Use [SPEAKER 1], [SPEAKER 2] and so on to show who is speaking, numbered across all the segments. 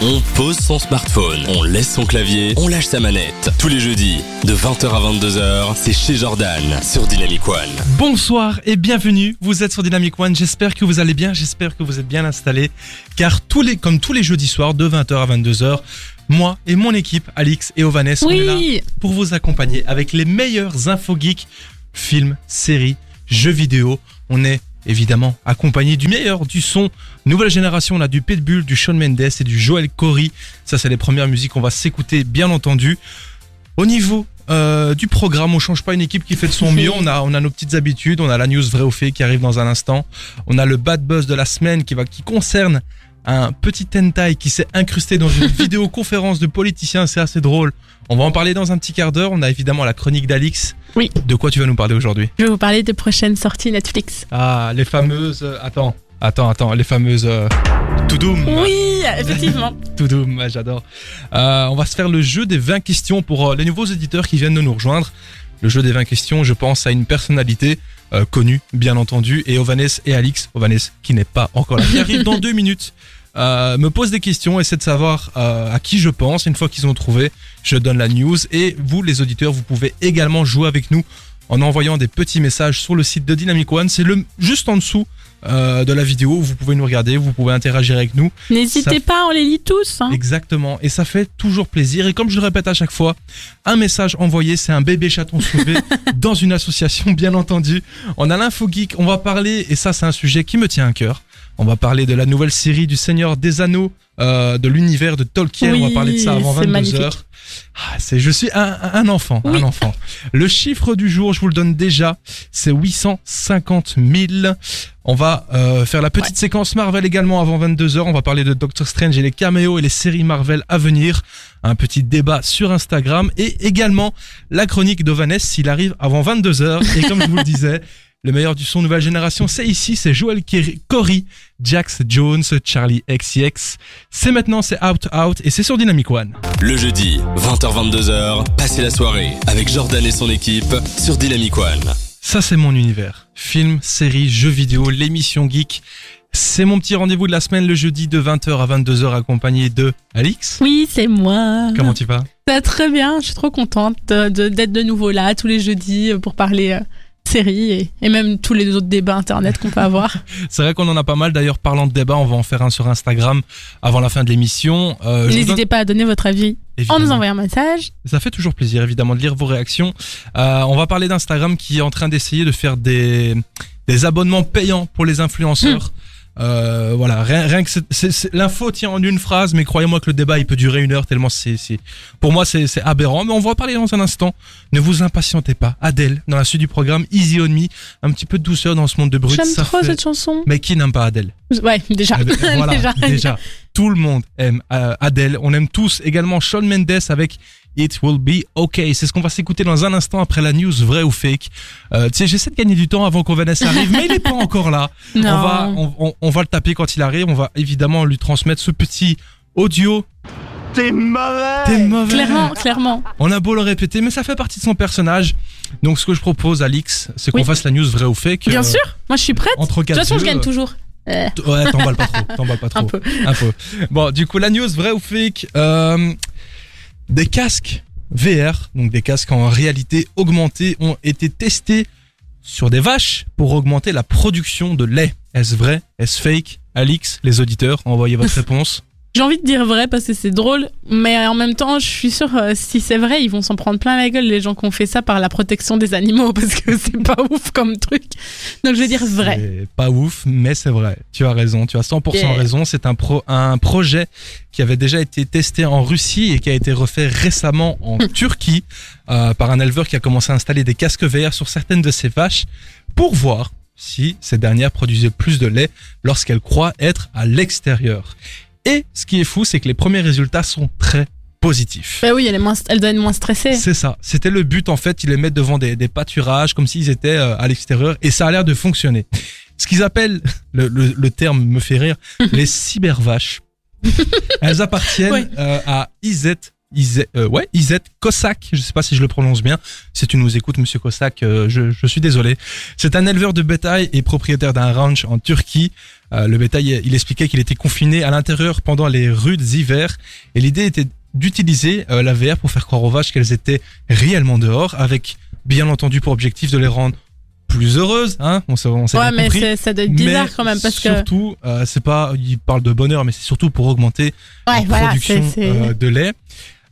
[SPEAKER 1] On pose son smartphone, on laisse son clavier, on lâche sa manette. Tous les jeudis, de 20h à 22h, c'est chez Jordan sur Dynamic One.
[SPEAKER 2] Bonsoir et bienvenue. Vous êtes sur Dynamic One. J'espère que vous allez bien. J'espère que vous êtes bien installés. Car tous les, comme tous les jeudis soirs, de 20h à 22h, moi et mon équipe, Alix et Ovanes, on est là
[SPEAKER 3] Oui,
[SPEAKER 2] pour vous accompagner avec les meilleurs infos geeks, films, séries, jeux vidéo. On est évidemment accompagné du meilleur du son. Nouvelle génération, on a du Pitbull, du Shawn Mendes et du Joel Corey. Ça, c'est les premières musiques qu'on va s'écouter, bien entendu. Au niveau euh, du programme, on change pas une équipe qui fait de son mieux. On a, on a nos petites habitudes. On a la news vrai ou fake qui arrive dans un instant. On a le bad buzz de la semaine qui va, qui concerne un petit hentai qui s'est incrusté dans une vidéoconférence de politiciens. C'est assez drôle. On va en parler dans un petit quart d'heure. On a évidemment la chronique d'Alix.
[SPEAKER 3] Oui.
[SPEAKER 2] De quoi tu vas nous parler aujourd'hui
[SPEAKER 3] je vais vous parler des prochaines sorties Netflix.
[SPEAKER 2] Ah, les fameuses. euh, Attends, attends, attends. Les fameuses. euh, To Doom.
[SPEAKER 3] Oui, effectivement.
[SPEAKER 2] To Doom, ouais, j'adore. Euh, on va se faire le jeu des 20 questions pour euh, les nouveaux éditeurs qui viennent de nous rejoindre. Le jeu des 20 questions, je pense à une personnalité euh, connue, bien entendu, et Ovanes et Alix, Ovanes qui n'est pas encore là, qui arrive dans deux minutes, euh, me pose des questions, essaie de savoir euh, à qui je pense. Une fois qu'ils ont trouvé, je donne la news. Et vous, les auditeurs, vous pouvez également jouer avec nous en envoyant des petits messages sur le site de Dynamic One. C'est le juste en dessous euh, de la vidéo. Vous pouvez nous regarder, vous pouvez interagir avec nous.
[SPEAKER 3] N'hésitez pas, on les lit tous. hein.
[SPEAKER 2] Exactement, et ça fait toujours plaisir. Et comme je le répète à chaque fois, un message envoyé, c'est un bébé chaton sauvé dans une association, bien entendu. On a l'info geek, on va parler, et ça c'est un sujet qui me tient à cœur. On va parler de la nouvelle série du Seigneur des Anneaux, euh, de l'univers de Tolkien. on va
[SPEAKER 3] Oui,
[SPEAKER 2] parler de ça avant
[SPEAKER 3] c'est
[SPEAKER 2] 22
[SPEAKER 3] magnifique.
[SPEAKER 2] heures. Ah, c'est, je suis un, un enfant, un
[SPEAKER 3] Oui.
[SPEAKER 2] enfant. Le chiffre du jour, je vous le donne déjà, c'est 850 000. On va euh, faire la petite séquence Marvel également avant 22h. On va parler de Doctor Strange et les caméos et les séries Marvel à venir. Un petit débat sur Instagram et également la chronique d'Ovanes s'il arrive avant 22h. Et comme je vous le disais, le meilleur du son nouvelle génération, c'est ici, c'est Joel Kerry- Corey, Jax Jones, Charlie XCX. C'est maintenant, c'est Out Out et c'est sur Dynamic One.
[SPEAKER 1] Le jeudi, 20h-22h, passez la soirée avec Jordan et son équipe sur Dynamic One.
[SPEAKER 4] Bah
[SPEAKER 2] Ça, c'est mon univers. Films, séries, jeux vidéo, l'émission geek. C'est mon petit rendez-vous de la semaine le jeudi de 20h à 22h accompagné de Alix.
[SPEAKER 3] Oui, c'est moi.
[SPEAKER 2] Comment tu vas
[SPEAKER 3] Ça va très bien, je suis trop contente de- de- d'être de nouveau là tous les jeudis euh, pour parler euh, séries et, et même tous les autres débats internet qu'on peut
[SPEAKER 2] Euh,
[SPEAKER 3] avoir.
[SPEAKER 2] C'est vrai qu'on en a pas mal. D'ailleurs, parlant de débat, on va en faire un sur Instagram avant la fin de l'émission. Euh, je vous donne-
[SPEAKER 3] N'hésitez pas à donner votre avis en
[SPEAKER 2] Évidemment.
[SPEAKER 3] nous envoyant un message.
[SPEAKER 2] Ça fait toujours plaisir, évidemment, de lire vos réactions. Euh, on va parler d'Instagram qui est en train d'essayer de faire des, des abonnements payants pour les influenceurs.
[SPEAKER 3] Hmm.
[SPEAKER 2] Euh, voilà, rien, rien que c'est- c'est- c'est- l'info tient en une phrase, mais croyez-moi que le débat il peut durer une heure tellement c'est, c'est pour moi c'est, c'est aberrant. Mais on va en parler dans un instant. Ne vous impatientez pas. Adèle, dans la suite du programme Easy on Me, un petit peu de douceur dans ce monde de brut.
[SPEAKER 3] J'aime
[SPEAKER 2] ça
[SPEAKER 3] trop
[SPEAKER 2] fait-
[SPEAKER 3] cette chanson.
[SPEAKER 2] Mais qui n'aime pas Adèle
[SPEAKER 3] Ouais, déjà.
[SPEAKER 2] eh ben, voilà, déjà. Tout le monde aime euh, Adele. On aime tous également Shawn Mendes avec It Will Be Okay. C'est ce qu'on va s'écouter dans un instant après la news, vrai ou fake. Euh, tu sais, j'essaie de gagner du temps avant qu'on Vanessa arrive, mais il n'est pas encore là.
[SPEAKER 3] Non.
[SPEAKER 2] On va, on, on- on va le taper quand il arrive. On va évidemment lui transmettre ce petit audio.
[SPEAKER 5] T'es mauvais
[SPEAKER 2] T'es mauvais.
[SPEAKER 3] Clairement, clairement.
[SPEAKER 2] On a beau le répéter, mais ça fait partie de son personnage. Donc, ce que je propose, Alix, c'est qu'on
[SPEAKER 3] Oui.
[SPEAKER 2] fasse la news, vrai ou fake.
[SPEAKER 3] Bien
[SPEAKER 2] euh,
[SPEAKER 3] sûr, moi je suis prête. De
[SPEAKER 2] Entre
[SPEAKER 3] toute façon, je gagne toujours. Euh,
[SPEAKER 2] Ouais, t'emballes pas trop. T'emballes pas trop.
[SPEAKER 3] un peu.
[SPEAKER 2] Un peu. Bon, du coup, la news, vrai ou fake euh, Des casques VR, donc des casques en réalité augmentée, ont été testés sur des vaches pour augmenter la production de lait. Est-ce vrai Est-ce fake Alix, les auditeurs, envoyez votre réponse.
[SPEAKER 3] J'ai envie de dire vrai parce que c'est drôle, mais en même temps, je suis sûre, euh, si c'est vrai, ils vont s'en prendre plein la gueule, les gens qui ont fait ça par la protection des animaux, parce que c'est pas ouf comme truc. Donc je vais dire vrai.
[SPEAKER 2] C'est Pas ouf, mais c'est vrai. Tu as raison, tu as 100%
[SPEAKER 3] Yeah.
[SPEAKER 2] raison. C'est un, pro, un projet qui avait déjà été testé en Russie et qui a été refait récemment en Turquie euh, par un éleveur qui a commencé à installer des casques VR sur certaines de ses vaches pour voir si ces dernières produisaient plus de lait lorsqu'elles croient être à l'extérieur. Et ce qui est fou, c'est que les premiers résultats sont très positifs.
[SPEAKER 3] Bah oui, elle, est moins, elle doit être moins stressée.
[SPEAKER 2] C'est ça. C'était le but en fait. Ils les mettent devant des, des pâturages comme s'ils étaient euh, à l'extérieur et ça a l'air de fonctionner. Ce qu'ils appellent, le, le- le terme me fait rire, les cybervaches. Elles appartiennent
[SPEAKER 3] Oui.
[SPEAKER 2] euh, à Izet Izet, euh, ouais, Izet Cossack, je sais pas si je le prononce bien. Si tu nous écoutes, monsieur Cossack, euh, je, je suis désolé. C'est un éleveur de bétail et propriétaire d'un ranch en Turquie. Euh, le bétail, il expliquait qu'il était confiné à l'intérieur pendant les rudes hivers et l'idée était d'utiliser euh, la VR pour faire croire aux vaches qu'elles étaient réellement dehors avec, bien entendu, pour objectif de les rendre plus heureuses, hein. On s'est, on s'est
[SPEAKER 3] Ouais,
[SPEAKER 2] bien
[SPEAKER 3] mais
[SPEAKER 2] compris.
[SPEAKER 3] c'est- ça doit être bizarre
[SPEAKER 2] Mais
[SPEAKER 3] quand même parce que.
[SPEAKER 2] surtout, euh, c'est pas, il parle de bonheur, mais c'est surtout pour augmenter la
[SPEAKER 3] Ouais, voilà, c'est.
[SPEAKER 2] production
[SPEAKER 3] c'est-
[SPEAKER 2] euh, de lait.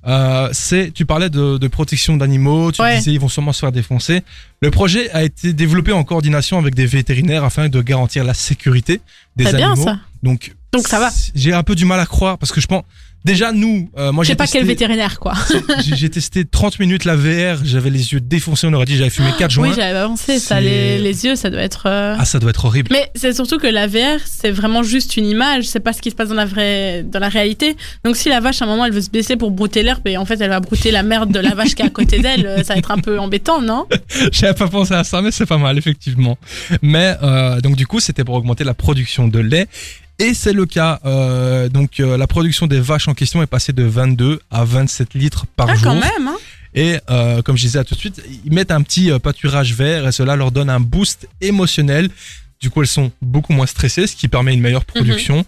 [SPEAKER 2] Euh, c'est, tu parlais de, de protection d'animaux, tu
[SPEAKER 3] Ouais.
[SPEAKER 2] disais ils vont sûrement se faire défoncer. Le projet a été développé en coordination avec des vétérinaires afin de garantir la sécurité des
[SPEAKER 3] C'est
[SPEAKER 2] animaux.
[SPEAKER 3] bien ça.
[SPEAKER 2] Donc,
[SPEAKER 3] Donc ça va.
[SPEAKER 2] c- J'ai un peu du mal à croire parce que je pense. Déjà, nous, euh, moi
[SPEAKER 3] Je
[SPEAKER 2] j'ai
[SPEAKER 3] sais pas
[SPEAKER 2] testé,
[SPEAKER 3] quel vétérinaire quoi.
[SPEAKER 2] j'ai- j'ai testé 30 minutes la VR, j'avais les yeux défoncés, on aurait dit j'avais fumé 4 joints.
[SPEAKER 3] Ah, Oui, j'avais avancé ça.
[SPEAKER 2] c'est-
[SPEAKER 3] Les, les yeux, ça doit être. euh,
[SPEAKER 2] ah, ça doit être horrible.
[SPEAKER 3] Mais c'est surtout que la VR, c'est vraiment juste une image, c'est pas ce qui se passe dans la vraie, dans la réalité. Donc si la vache à un moment elle veut se blesser pour brouter l'herbe et en fait elle va brouter la merde de la vache qui est à côté d'elle, euh, ça va être un peu embêtant, non
[SPEAKER 2] Ah J'avais pas pensé à ça, mais c'est pas mal, effectivement. Mais euh, donc, du coup, c'était pour augmenter la production de lait. Et c'est le cas. Euh, donc, euh, la production des vaches en question est passée de 22 à 27 litres par
[SPEAKER 3] Ah
[SPEAKER 2] jour.
[SPEAKER 3] quand même. Hein
[SPEAKER 2] Et euh, comme je disais à tout de suite, ils mettent un petit euh, pâturage vert et cela leur donne un boost émotionnel. Du coup, elles sont beaucoup moins stressées, ce qui permet une meilleure
[SPEAKER 3] Mhm.
[SPEAKER 2] production.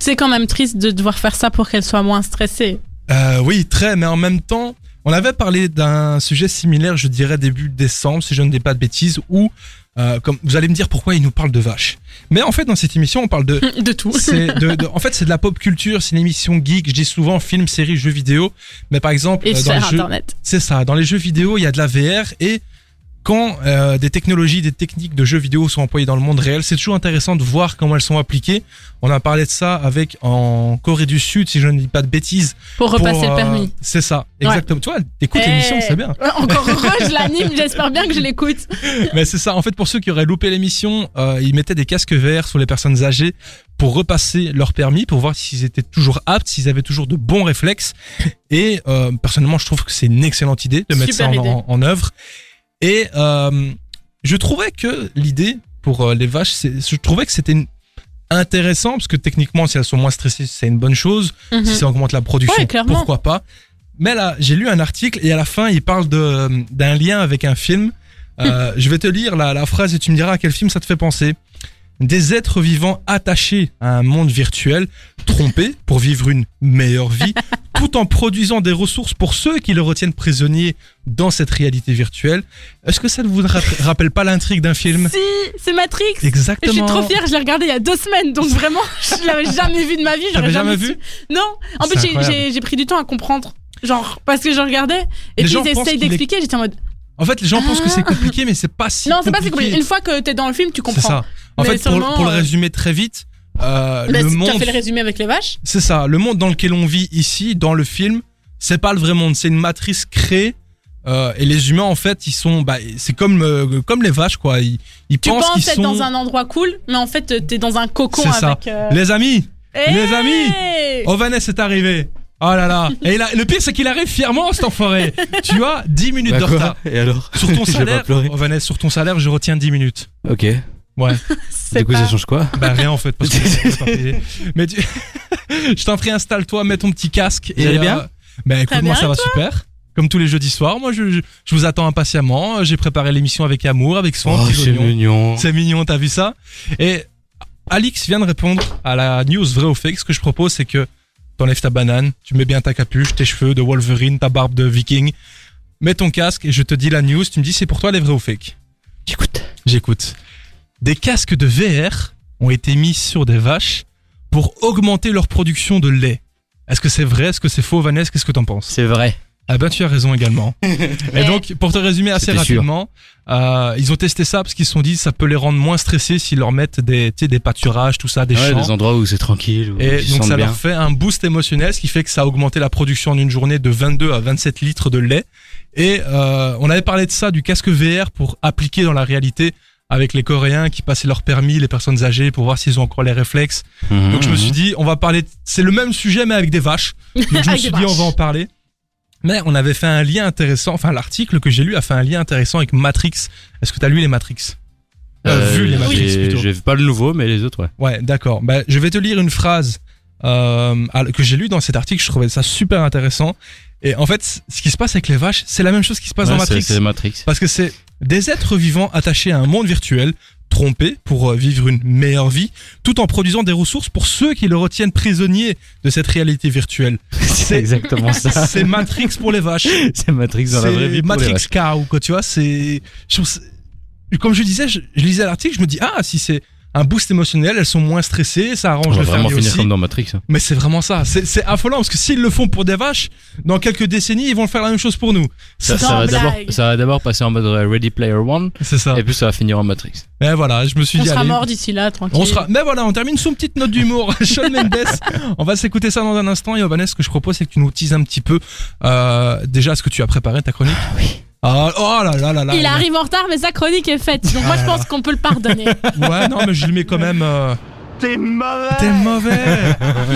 [SPEAKER 3] c'est quand même triste de devoir faire ça pour qu'elle soit moins stressée.
[SPEAKER 2] Euh, oui, très, mais en même temps, on avait parlé d'un sujet similaire, je dirais début décembre, si je ne dis pas de bêtises, où euh, comme vous allez me dire pourquoi il nous parle de vaches. Mais en fait, dans cette émission, on parle de,
[SPEAKER 3] De tout.
[SPEAKER 2] c'est de, de- en fait, c'est de la pop culture, c'est une émission geek. Je dis souvent films, séries, jeux vidéo, mais par exemple,
[SPEAKER 3] Et
[SPEAKER 2] euh, dans
[SPEAKER 3] sur
[SPEAKER 2] les jeux,
[SPEAKER 3] internet.
[SPEAKER 2] c'est ça. Dans les jeux vidéo, il y a de la VR et quand euh, des technologies, des techniques de jeux vidéo sont employées dans le monde réel, c'est toujours intéressant de voir comment elles sont appliquées. On a parlé de ça avec en Corée du Sud, si je ne dis pas de bêtises
[SPEAKER 3] Pour repasser
[SPEAKER 2] pour,
[SPEAKER 3] le
[SPEAKER 2] euh,
[SPEAKER 3] permis.
[SPEAKER 2] C'est ça,
[SPEAKER 3] Ouais.
[SPEAKER 2] exactement. Tu vois, t'écoutes
[SPEAKER 3] Eh.
[SPEAKER 2] l'émission, c'est bien.
[SPEAKER 3] Encore heureux, je l'anime, j'espère bien que je l'écoute.
[SPEAKER 2] Mais c'est ça. En fait, pour ceux qui auraient loupé l'émission, euh, ils mettaient des casques verts sur les personnes âgées pour repasser leur permis, pour voir s'ils étaient toujours aptes, s'ils avaient toujours de bons réflexes. Et euh, personnellement, je trouve que c'est une excellente idée de mettre
[SPEAKER 3] Super
[SPEAKER 2] ça en,
[SPEAKER 3] idée.
[SPEAKER 2] en- en œuvre. Et euh, je trouvais que l'idée pour euh, les vaches, c'est- je trouvais que c'était une- intéressant parce que techniquement, si elles sont moins stressées, c'est une bonne chose.
[SPEAKER 3] Mhm.
[SPEAKER 2] si ça augmente la production,
[SPEAKER 3] Ouais, clairement.
[SPEAKER 2] pourquoi pas. Mais là, j'ai lu un article et à la fin, il parle de- d'un lien avec un film. Euh,
[SPEAKER 3] Mhm.
[SPEAKER 2] je vais te lire la, la phrase et tu me diras à quel film ça te fait penser. Des êtres vivants attachés à un monde virtuel, trompés pour vivre une meilleure vie, tout en produisant des ressources pour ceux qui le retiennent prisonnier dans cette réalité virtuelle. Est-ce que ça ne vous ra- rappelle pas l'intrigue d'un film
[SPEAKER 3] Si, c'est Matrix. Et
[SPEAKER 2] Exactement.
[SPEAKER 3] je suis trop fière, je l'ai regardé il y a deux semaines, donc vraiment, je l'avais jamais vu de ma vie.
[SPEAKER 2] T'avais
[SPEAKER 3] j'aurais
[SPEAKER 2] jamais vu
[SPEAKER 3] su. Non, en plus
[SPEAKER 2] C'est
[SPEAKER 3] j'ai-
[SPEAKER 2] incroyable.
[SPEAKER 3] j'ai j'ai pris du temps à comprendre, genre parce que je regardais et
[SPEAKER 2] Les
[SPEAKER 3] puis
[SPEAKER 2] gens
[SPEAKER 3] ils
[SPEAKER 2] pensent
[SPEAKER 3] essayent
[SPEAKER 2] qu'il est-
[SPEAKER 3] d'expliquer, j'étais en mode
[SPEAKER 2] En fait, les gens pensent que c'est compliqué, mais c'est pas si
[SPEAKER 3] Ah. non c'est pas si compliqué. Une fois que t'es dans le film, tu
[SPEAKER 2] C'est
[SPEAKER 3] comprends.
[SPEAKER 2] ça. En
[SPEAKER 3] Mais
[SPEAKER 2] fait, pour,
[SPEAKER 3] sûrement,
[SPEAKER 2] pour le
[SPEAKER 3] euh,
[SPEAKER 2] résumer très vite, euh,
[SPEAKER 3] Bah,
[SPEAKER 2] le
[SPEAKER 3] si T'as
[SPEAKER 2] monde,
[SPEAKER 3] fait le résumé avec les vaches.
[SPEAKER 2] c'est ça, le monde dans lequel on vit ici, dans le film, c'est pas le vrai monde, c'est une matrice créée. euh, et les humains, en fait, ils sont, bah, c'est comme euh, comme les vaches, quoi. Ils, ils
[SPEAKER 3] Tu
[SPEAKER 2] pensent
[SPEAKER 3] penses
[SPEAKER 2] qu'ils
[SPEAKER 3] être
[SPEAKER 2] sont
[SPEAKER 3] dans un endroit cool, mais en fait euh, t'es dans un cocon
[SPEAKER 2] C'est ça.
[SPEAKER 3] avec. euh,
[SPEAKER 2] les amis. les
[SPEAKER 3] hey Oh,
[SPEAKER 2] Ovanes est arrivé. Oh là là. Et il a- le pire, c'est qu'il arrive fièrement, cet enfoiré. tu vois, 10 minutes de
[SPEAKER 4] Bah
[SPEAKER 2] retard.
[SPEAKER 4] quoi Et alors
[SPEAKER 2] Sur ton
[SPEAKER 4] Je vais pas
[SPEAKER 2] salaire,
[SPEAKER 4] pleurer.
[SPEAKER 2] Ovanes, sur ton salaire, je retiens 10 minutes.
[SPEAKER 4] Ok.
[SPEAKER 3] C'est
[SPEAKER 4] Du coup,
[SPEAKER 3] pas-
[SPEAKER 4] ça change quoi
[SPEAKER 2] Bah rien en fait parce que c'est pas payé. Mais tu... je t'en prie, installe-toi, mets ton petit casque.
[SPEAKER 4] Vous allez bien
[SPEAKER 2] Bah écoute,
[SPEAKER 3] Très
[SPEAKER 2] moi
[SPEAKER 3] bien,
[SPEAKER 2] ça va super. Comme tous les jeudis soirs, moi je, je, je vous attends impatiemment. J'ai préparé l'émission avec amour, avec soin.
[SPEAKER 4] Oh,
[SPEAKER 2] petit
[SPEAKER 4] c'est
[SPEAKER 2] oignon.
[SPEAKER 4] mignon.
[SPEAKER 2] C'est mignon, t'as vu ça Et Alix vient de répondre à la news vrai ou fake. Ce que je propose, c'est que t'enlèves ta banane, tu mets bien ta capuche, tes cheveux de Wolverine, ta barbe de Viking, mets ton casque et je te dis la news. Tu me dis c'est pour toi les vrais ou fake.
[SPEAKER 4] J'écoute.
[SPEAKER 2] J'écoute. Des casques de VR ont été mis sur des vaches pour augmenter leur production de lait. Est-ce que c'est vrai Est-ce que c'est faux, Vanessa Qu'est-ce que t'en penses
[SPEAKER 4] C'est vrai.
[SPEAKER 2] Ah ben tu as raison également. Et donc, pour te résumer assez
[SPEAKER 4] C'était sûr.
[SPEAKER 2] rapidement, euh, ils ont testé ça parce qu'ils se sont dit ça peut les rendre moins stressés s'ils leur mettent des, tu sais, des pâturages, tout ça, des
[SPEAKER 4] Ouais,
[SPEAKER 2] champs.
[SPEAKER 4] des endroits où c'est tranquille. Où
[SPEAKER 2] Et
[SPEAKER 4] ils se
[SPEAKER 2] donc
[SPEAKER 4] sentent
[SPEAKER 2] ça
[SPEAKER 4] bien.
[SPEAKER 2] leur fait un boost émotionnel, ce qui fait que ça a augmenté la production en une journée de 22 à 27 litres de lait. Et euh, on avait parlé de ça, du casque VR pour appliquer dans la réalité avec les Coréens qui passaient leur permis, les personnes âgées pour voir s'ils ont encore les réflexes.
[SPEAKER 4] Mhm,
[SPEAKER 2] Donc je me
[SPEAKER 4] mhm.
[SPEAKER 2] suis dit, on va parler, de- c'est le même sujet mais avec des vaches. Donc je me
[SPEAKER 3] Avec
[SPEAKER 2] suis
[SPEAKER 3] des
[SPEAKER 2] dit, on
[SPEAKER 3] vaches.
[SPEAKER 2] va en parler. Mais on avait fait un lien intéressant, enfin l'article que j'ai lu a fait un lien intéressant avec Matrix. Est-ce que t'as lu les Matrix Euh,
[SPEAKER 4] Euh,
[SPEAKER 2] Vu les
[SPEAKER 4] j'ai-
[SPEAKER 2] Matrix plutôt.
[SPEAKER 4] J'ai pas le nouveau, mais les autres, ouais.
[SPEAKER 2] Ouais, d'accord. Bah, je vais te lire une phrase euh, à- que j'ai lu dans cet article. Je trouvais ça super intéressant. Et en fait, ce qui se passe avec les vaches, c'est la même chose qui se passe dans
[SPEAKER 4] Ouais,
[SPEAKER 2] Matrix.
[SPEAKER 4] c'est- C'est Matrix.
[SPEAKER 2] Parce que c'est des êtres vivants attachés à un monde virtuel, trompés pour euh, vivre une meilleure vie, tout en produisant des ressources pour ceux qui le retiennent prisonnier de cette réalité virtuelle.
[SPEAKER 4] C'est exactement ça.
[SPEAKER 2] C'est Matrix pour les vaches.
[SPEAKER 4] C'est Matrix dans la vraie vie.
[SPEAKER 2] C'est
[SPEAKER 4] pour les
[SPEAKER 2] Matrix
[SPEAKER 4] vaches.
[SPEAKER 2] K quoi, tu vois, c'est. je trouve c'est- Comme je disais, je, je lisais l'article, je me dis, ah, si c'est un boost émotionnel, elles sont moins stressées, ça
[SPEAKER 4] On
[SPEAKER 2] arrange
[SPEAKER 4] va
[SPEAKER 2] le
[SPEAKER 4] vraiment
[SPEAKER 2] fermier
[SPEAKER 4] finir
[SPEAKER 2] aussi.
[SPEAKER 4] comme dans Matrix. hein.
[SPEAKER 2] Mais c'est vraiment ça, c'est c'est affolant parce que s'ils le font pour des vaches, dans quelques décennies, ils vont faire la même chose pour nous.
[SPEAKER 4] Ça,
[SPEAKER 3] Sans
[SPEAKER 4] ça va d'abord,
[SPEAKER 3] blague.
[SPEAKER 4] ça va d'abord passer en mode euh, Ready Player One,
[SPEAKER 2] C'est ça.
[SPEAKER 4] et puis ça va finir en Matrix.
[SPEAKER 2] Et voilà, je me suis
[SPEAKER 3] On
[SPEAKER 2] dit,
[SPEAKER 3] sera
[SPEAKER 2] allez,
[SPEAKER 3] mort d'ici là, tranquille.
[SPEAKER 2] On sera. Mais voilà, on termine sous une petite note d'humour. Sean Mendes. On va s'écouter ça dans un instant. Et Ovanès, ce que je propose, c'est que tu nous teases un petit peu euh, déjà ce que tu as préparé, ta chronique. Ah oh là là là là.
[SPEAKER 3] Il arrive en retard, mais sa chronique est faite. Donc moi, je pense qu'on peut le pardonner.
[SPEAKER 2] Ouais, non, mais je le mets quand même. euh,
[SPEAKER 5] T'es mauvais
[SPEAKER 2] T'es mauvais.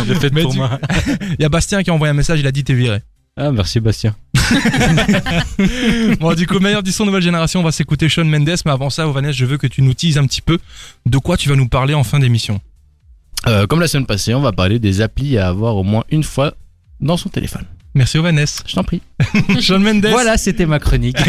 [SPEAKER 4] Je fais
[SPEAKER 2] Mais pour du-
[SPEAKER 4] moi.
[SPEAKER 2] Il y a Bastien qui a envoyé un message. Il a dit t'es viré.
[SPEAKER 4] Ah, merci Bastien.
[SPEAKER 2] Bon, du coup, meilleur du son nouvelle génération. On va s'écouter Sean Mendes. Mais avant ça, Ovanès, je veux que tu nous teases un petit peu de quoi tu vas nous parler en fin d'émission.
[SPEAKER 4] Euh, comme la semaine passée, on va parler des applis à avoir au moins une fois dans son téléphone.
[SPEAKER 2] Merci Ovanès.
[SPEAKER 4] Je t'en prie.
[SPEAKER 2] Sean Mendes.
[SPEAKER 4] Voilà, c'était ma chronique.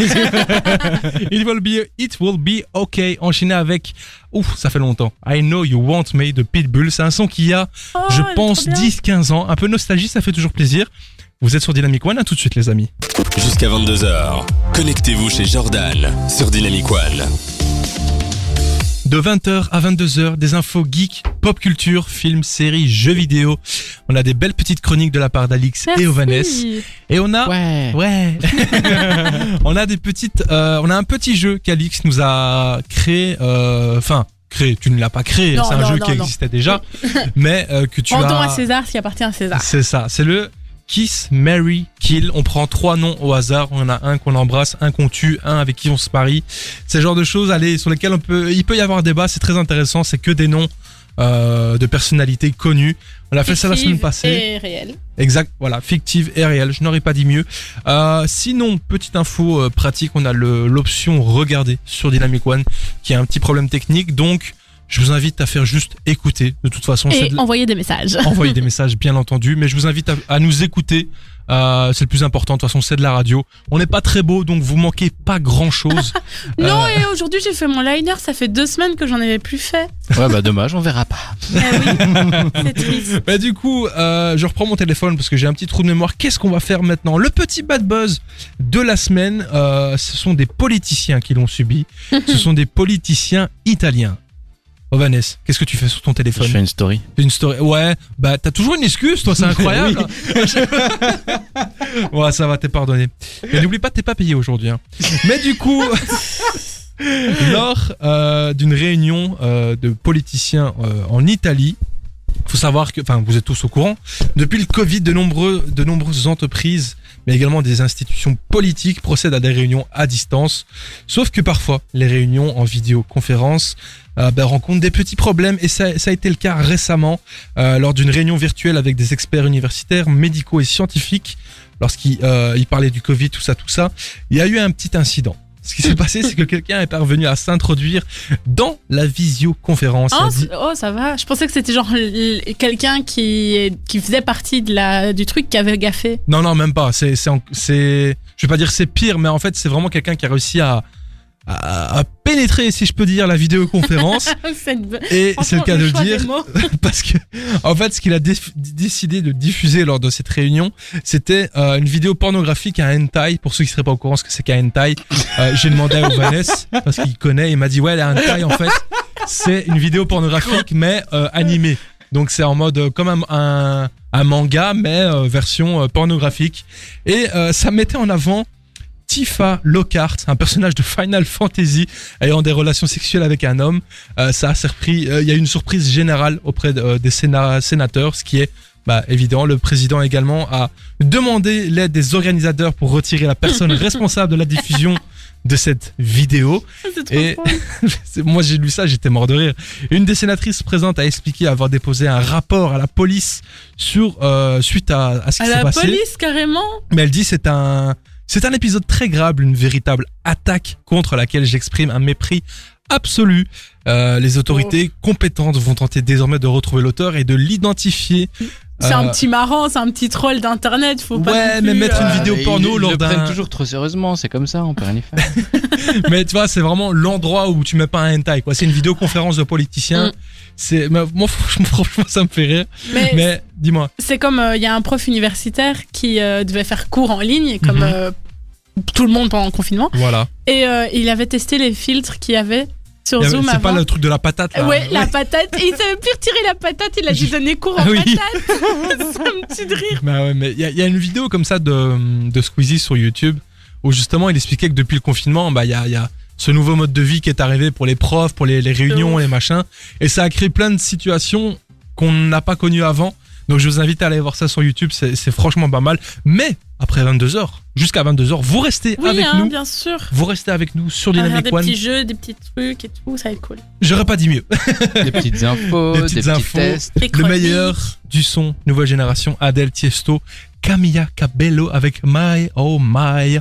[SPEAKER 2] It will be, it will be okay. Enchaîné avec, ouf, ça fait longtemps. I know you want me de Pitbull. C'est un son qui a,
[SPEAKER 3] Oh,
[SPEAKER 2] je
[SPEAKER 3] elle est
[SPEAKER 2] pense,
[SPEAKER 3] trop bien.
[SPEAKER 2] 10-15 ans. Un peu nostalgie, ça fait toujours plaisir. Vous êtes sur Dynamic One, à tout de suite, les amis.
[SPEAKER 1] Jusqu'à 22h, connectez-vous chez Jordan sur Dynamic One.
[SPEAKER 2] De 20h à 22h, des infos geeks, pop culture, films, séries, jeux vidéo. On a des belles petites chroniques de la part d'Alix
[SPEAKER 3] Merci.
[SPEAKER 2] et Ovanès. Et on a,
[SPEAKER 4] Ouais.
[SPEAKER 2] Ouais. on a des petites, euh, on a un petit jeu qu'Alix nous a créé. euh, Enfin, créé. Tu ne l'as pas créé.
[SPEAKER 3] Non,
[SPEAKER 2] C'est un
[SPEAKER 3] non,
[SPEAKER 2] jeu
[SPEAKER 3] non,
[SPEAKER 2] qui
[SPEAKER 3] non.
[SPEAKER 2] existait déjà, mais euh, que tu
[SPEAKER 3] Rendons
[SPEAKER 2] as.
[SPEAKER 3] à César ce qui appartient à César.
[SPEAKER 2] C'est ça. C'est le Kiss, Mary, Kill. On prend trois noms au hasard. On en a un qu'on embrasse, un qu'on tue, un avec qui on se marie. C'est le genre de choses allez, sur lesquelles on peut, il peut y avoir débat. C'est très intéressant. C'est que des noms euh, de personnalités connues. On a fait ça la semaine
[SPEAKER 3] Fictive
[SPEAKER 2] passée.
[SPEAKER 3] Et réel.
[SPEAKER 2] Exact, voilà, fictive et réelle, je n'aurais pas dit mieux. Euh, sinon, petite info euh, pratique, on a le- l'option regarder sur Dynamic One qui a un petit problème technique, donc je vous invite à faire juste écouter. De toute façon, c'est
[SPEAKER 3] Et
[SPEAKER 2] de- Euh.
[SPEAKER 3] envoyer des messages.
[SPEAKER 2] envoyer des messages bien entendu, mais je vous invite à, à nous écouter. Euh, c'est le plus important, de toute façon c'est de la radio. On n'est pas très beau, donc vous manquez pas grand-chose.
[SPEAKER 3] Non,
[SPEAKER 2] Euh,
[SPEAKER 3] et aujourd'hui, j'ai fait mon liner. Ça fait deux semaines que j'en avais plus fait.
[SPEAKER 4] Ouais, bah dommage, on verra pas.
[SPEAKER 3] Eh oui, c'est triste.
[SPEAKER 2] Bah du coup, euh, je reprends mon téléphone parce que j'ai un petit trou de mémoire. Qu'est-ce qu'on va faire maintenant Le petit bad buzz de la semaine, euh, ce sont des politiciens qui l'ont subi. ce sont des politiciens italiens. Oh Vanessa, qu'est-ce que tu fais sur ton
[SPEAKER 4] Je
[SPEAKER 2] téléphone
[SPEAKER 4] fais une story.
[SPEAKER 2] Une story. Ouais, bah t'as toujours une excuse, toi, c'est incroyable. ouais, ça va, t'es pardonné. Mais n'oublie pas, t'es pas payé aujourd'hui. hein. Mais du coup, lors euh, d'une réunion euh, de politiciens euh, en Italie, faut savoir que, enfin, vous êtes tous au courant. Depuis le Covid, de nombreux, de nombreuses entreprises, mais également des institutions politiques procèdent à des réunions à distance. Sauf que parfois, les réunions en vidéoconférence euh, ben, rencontrent des petits problèmes et ça, ça a été le cas récemment euh, lors d'une réunion virtuelle avec des experts universitaires, médicaux et scientifiques. Lorsqu'ils euh, ils parlaient du Covid, tout ça, tout ça, il y a eu un petit incident. Ce qui s'est passé, c'est que quelqu'un est parvenu à s'introduire dans la visioconférence.
[SPEAKER 3] Oh,
[SPEAKER 2] a dit-
[SPEAKER 3] c'est- oh, ça va. Je pensais que c'était genre l- l- quelqu'un qui, est- qui faisait partie de la, du truc qui avait gaffé.
[SPEAKER 2] Non, non, même pas. C'est, c'est, en- c'est- je vais pas dire c'est pire, mais en fait, c'est vraiment quelqu'un qui a réussi à, à, à pénétrer, si je peux dire, la vidéoconférence.
[SPEAKER 3] Cette-
[SPEAKER 2] Et c'est le
[SPEAKER 3] franchement,
[SPEAKER 2] cas de le
[SPEAKER 3] choix des
[SPEAKER 2] dire,
[SPEAKER 3] mots.
[SPEAKER 2] parce que, en fait, ce qu'il a dé- décidé de diffuser lors de cette réunion, c'était euh, une vidéo pornographique à hentai. Pour ceux qui seraient pas au courant ce que c'est qu'un hentai, euh, j'ai demandé à Vanessa, parce qu'il connaît, il m'a dit, ouais, la hentai, en fait, c'est une vidéo pornographique, mais euh, animée. Donc c'est en mode euh, comme un, un, un manga, mais euh, version euh, pornographique. Et euh, ça mettait en avant Tifa Lockhart, un personnage de Final Fantasy ayant des relations sexuelles avec un homme. Euh, ça a surpris, euh, il y a eu une surprise générale auprès de- euh, des séna- sénateurs, ce qui est bah, évident. Le président également a demandé l'aide des organisateurs pour retirer la personne responsable de la diffusion de cette vidéo.
[SPEAKER 3] C'est trop
[SPEAKER 2] Et-
[SPEAKER 3] drôle.
[SPEAKER 2] C'est- Moi, j'ai lu ça, j'étais mort de rire. Une des sénatrices présentes a expliqué avoir déposé un rapport à la police sur euh, suite à, à ce qui
[SPEAKER 3] À
[SPEAKER 2] s'est
[SPEAKER 3] la
[SPEAKER 2] passé.
[SPEAKER 3] police, carrément.
[SPEAKER 2] Mais elle dit c'est un c'est un épisode très grave, une véritable attaque contre laquelle j'exprime un mépris absolu.
[SPEAKER 3] Oh.
[SPEAKER 2] Euh, les autorités compétentes vont tenter désormais de retrouver l'auteur et de l'identifier.
[SPEAKER 3] C'est un
[SPEAKER 2] Euh,
[SPEAKER 3] petit marrant, c'est un petit troll d'internet, faut pas.
[SPEAKER 2] Ouais,
[SPEAKER 3] non
[SPEAKER 2] mais
[SPEAKER 3] plus,
[SPEAKER 2] mettre
[SPEAKER 3] euh,
[SPEAKER 2] une vidéo
[SPEAKER 4] Ah, mais
[SPEAKER 2] porno
[SPEAKER 4] ils- ils
[SPEAKER 2] lors
[SPEAKER 4] le
[SPEAKER 2] d'un-
[SPEAKER 4] prennent toujours trop sérieusement, c'est comme ça, on peut rien y faire.
[SPEAKER 2] Mais tu vois, c'est vraiment l'endroit où tu mets pas un hentai, quoi. C'est une vidéoconférence de politiciens.
[SPEAKER 3] Mm.
[SPEAKER 2] C'est, mais moi, franchement, franchement, ça me fait rire.
[SPEAKER 3] Mais,
[SPEAKER 2] Mais dis-moi.
[SPEAKER 3] c'est comme euh, il y a un prof universitaire qui euh, devait faire cours en ligne, comme
[SPEAKER 2] Mhm.
[SPEAKER 3] euh, tout le monde pendant le confinement,
[SPEAKER 2] Voilà.
[SPEAKER 3] et euh, il avait testé les filtres qu'il y avait sur
[SPEAKER 2] Il y avait-
[SPEAKER 3] Zoom
[SPEAKER 2] C'est pas
[SPEAKER 3] avant.
[SPEAKER 2] le truc de la patate, là.
[SPEAKER 3] Ouais, la patate. Et il savait plus retirer la patate, il a dû donner cours en
[SPEAKER 2] Ah oui.
[SPEAKER 3] patate. c'est un petit de rire.
[SPEAKER 2] Bah ouais, mais il y, a- il y a une vidéo comme ça de, de Squeezie sur YouTube où justement il expliquait que depuis le confinement, bah il y a, il y a ce nouveau mode de vie qui est arrivé pour les profs, pour les, les réunions, les machins, et ça a créé plein de situations qu'on n'a pas connues avant. Donc je vous invite à aller voir ça sur YouTube, c'est c'est franchement pas mal. Mais après 22 h jusqu'à 22 h vous restez
[SPEAKER 3] Oui,
[SPEAKER 2] avec
[SPEAKER 3] hein,
[SPEAKER 2] nous.
[SPEAKER 3] bien sûr.
[SPEAKER 2] Vous restez avec nous sur
[SPEAKER 3] On va faire
[SPEAKER 2] Dynamic
[SPEAKER 3] des
[SPEAKER 2] One.
[SPEAKER 3] petits jeux, des petits trucs et tout, ça va être cool.
[SPEAKER 2] J'aurais pas dit mieux.
[SPEAKER 4] des petites infos,
[SPEAKER 2] Des
[SPEAKER 4] des,
[SPEAKER 2] petites
[SPEAKER 4] petits
[SPEAKER 2] infos.
[SPEAKER 4] tests.
[SPEAKER 3] Des
[SPEAKER 2] Le
[SPEAKER 3] chroniques.
[SPEAKER 2] meilleur du son, nouvelle génération, Adèle Tiesto, Camilla Cabello avec My Oh My.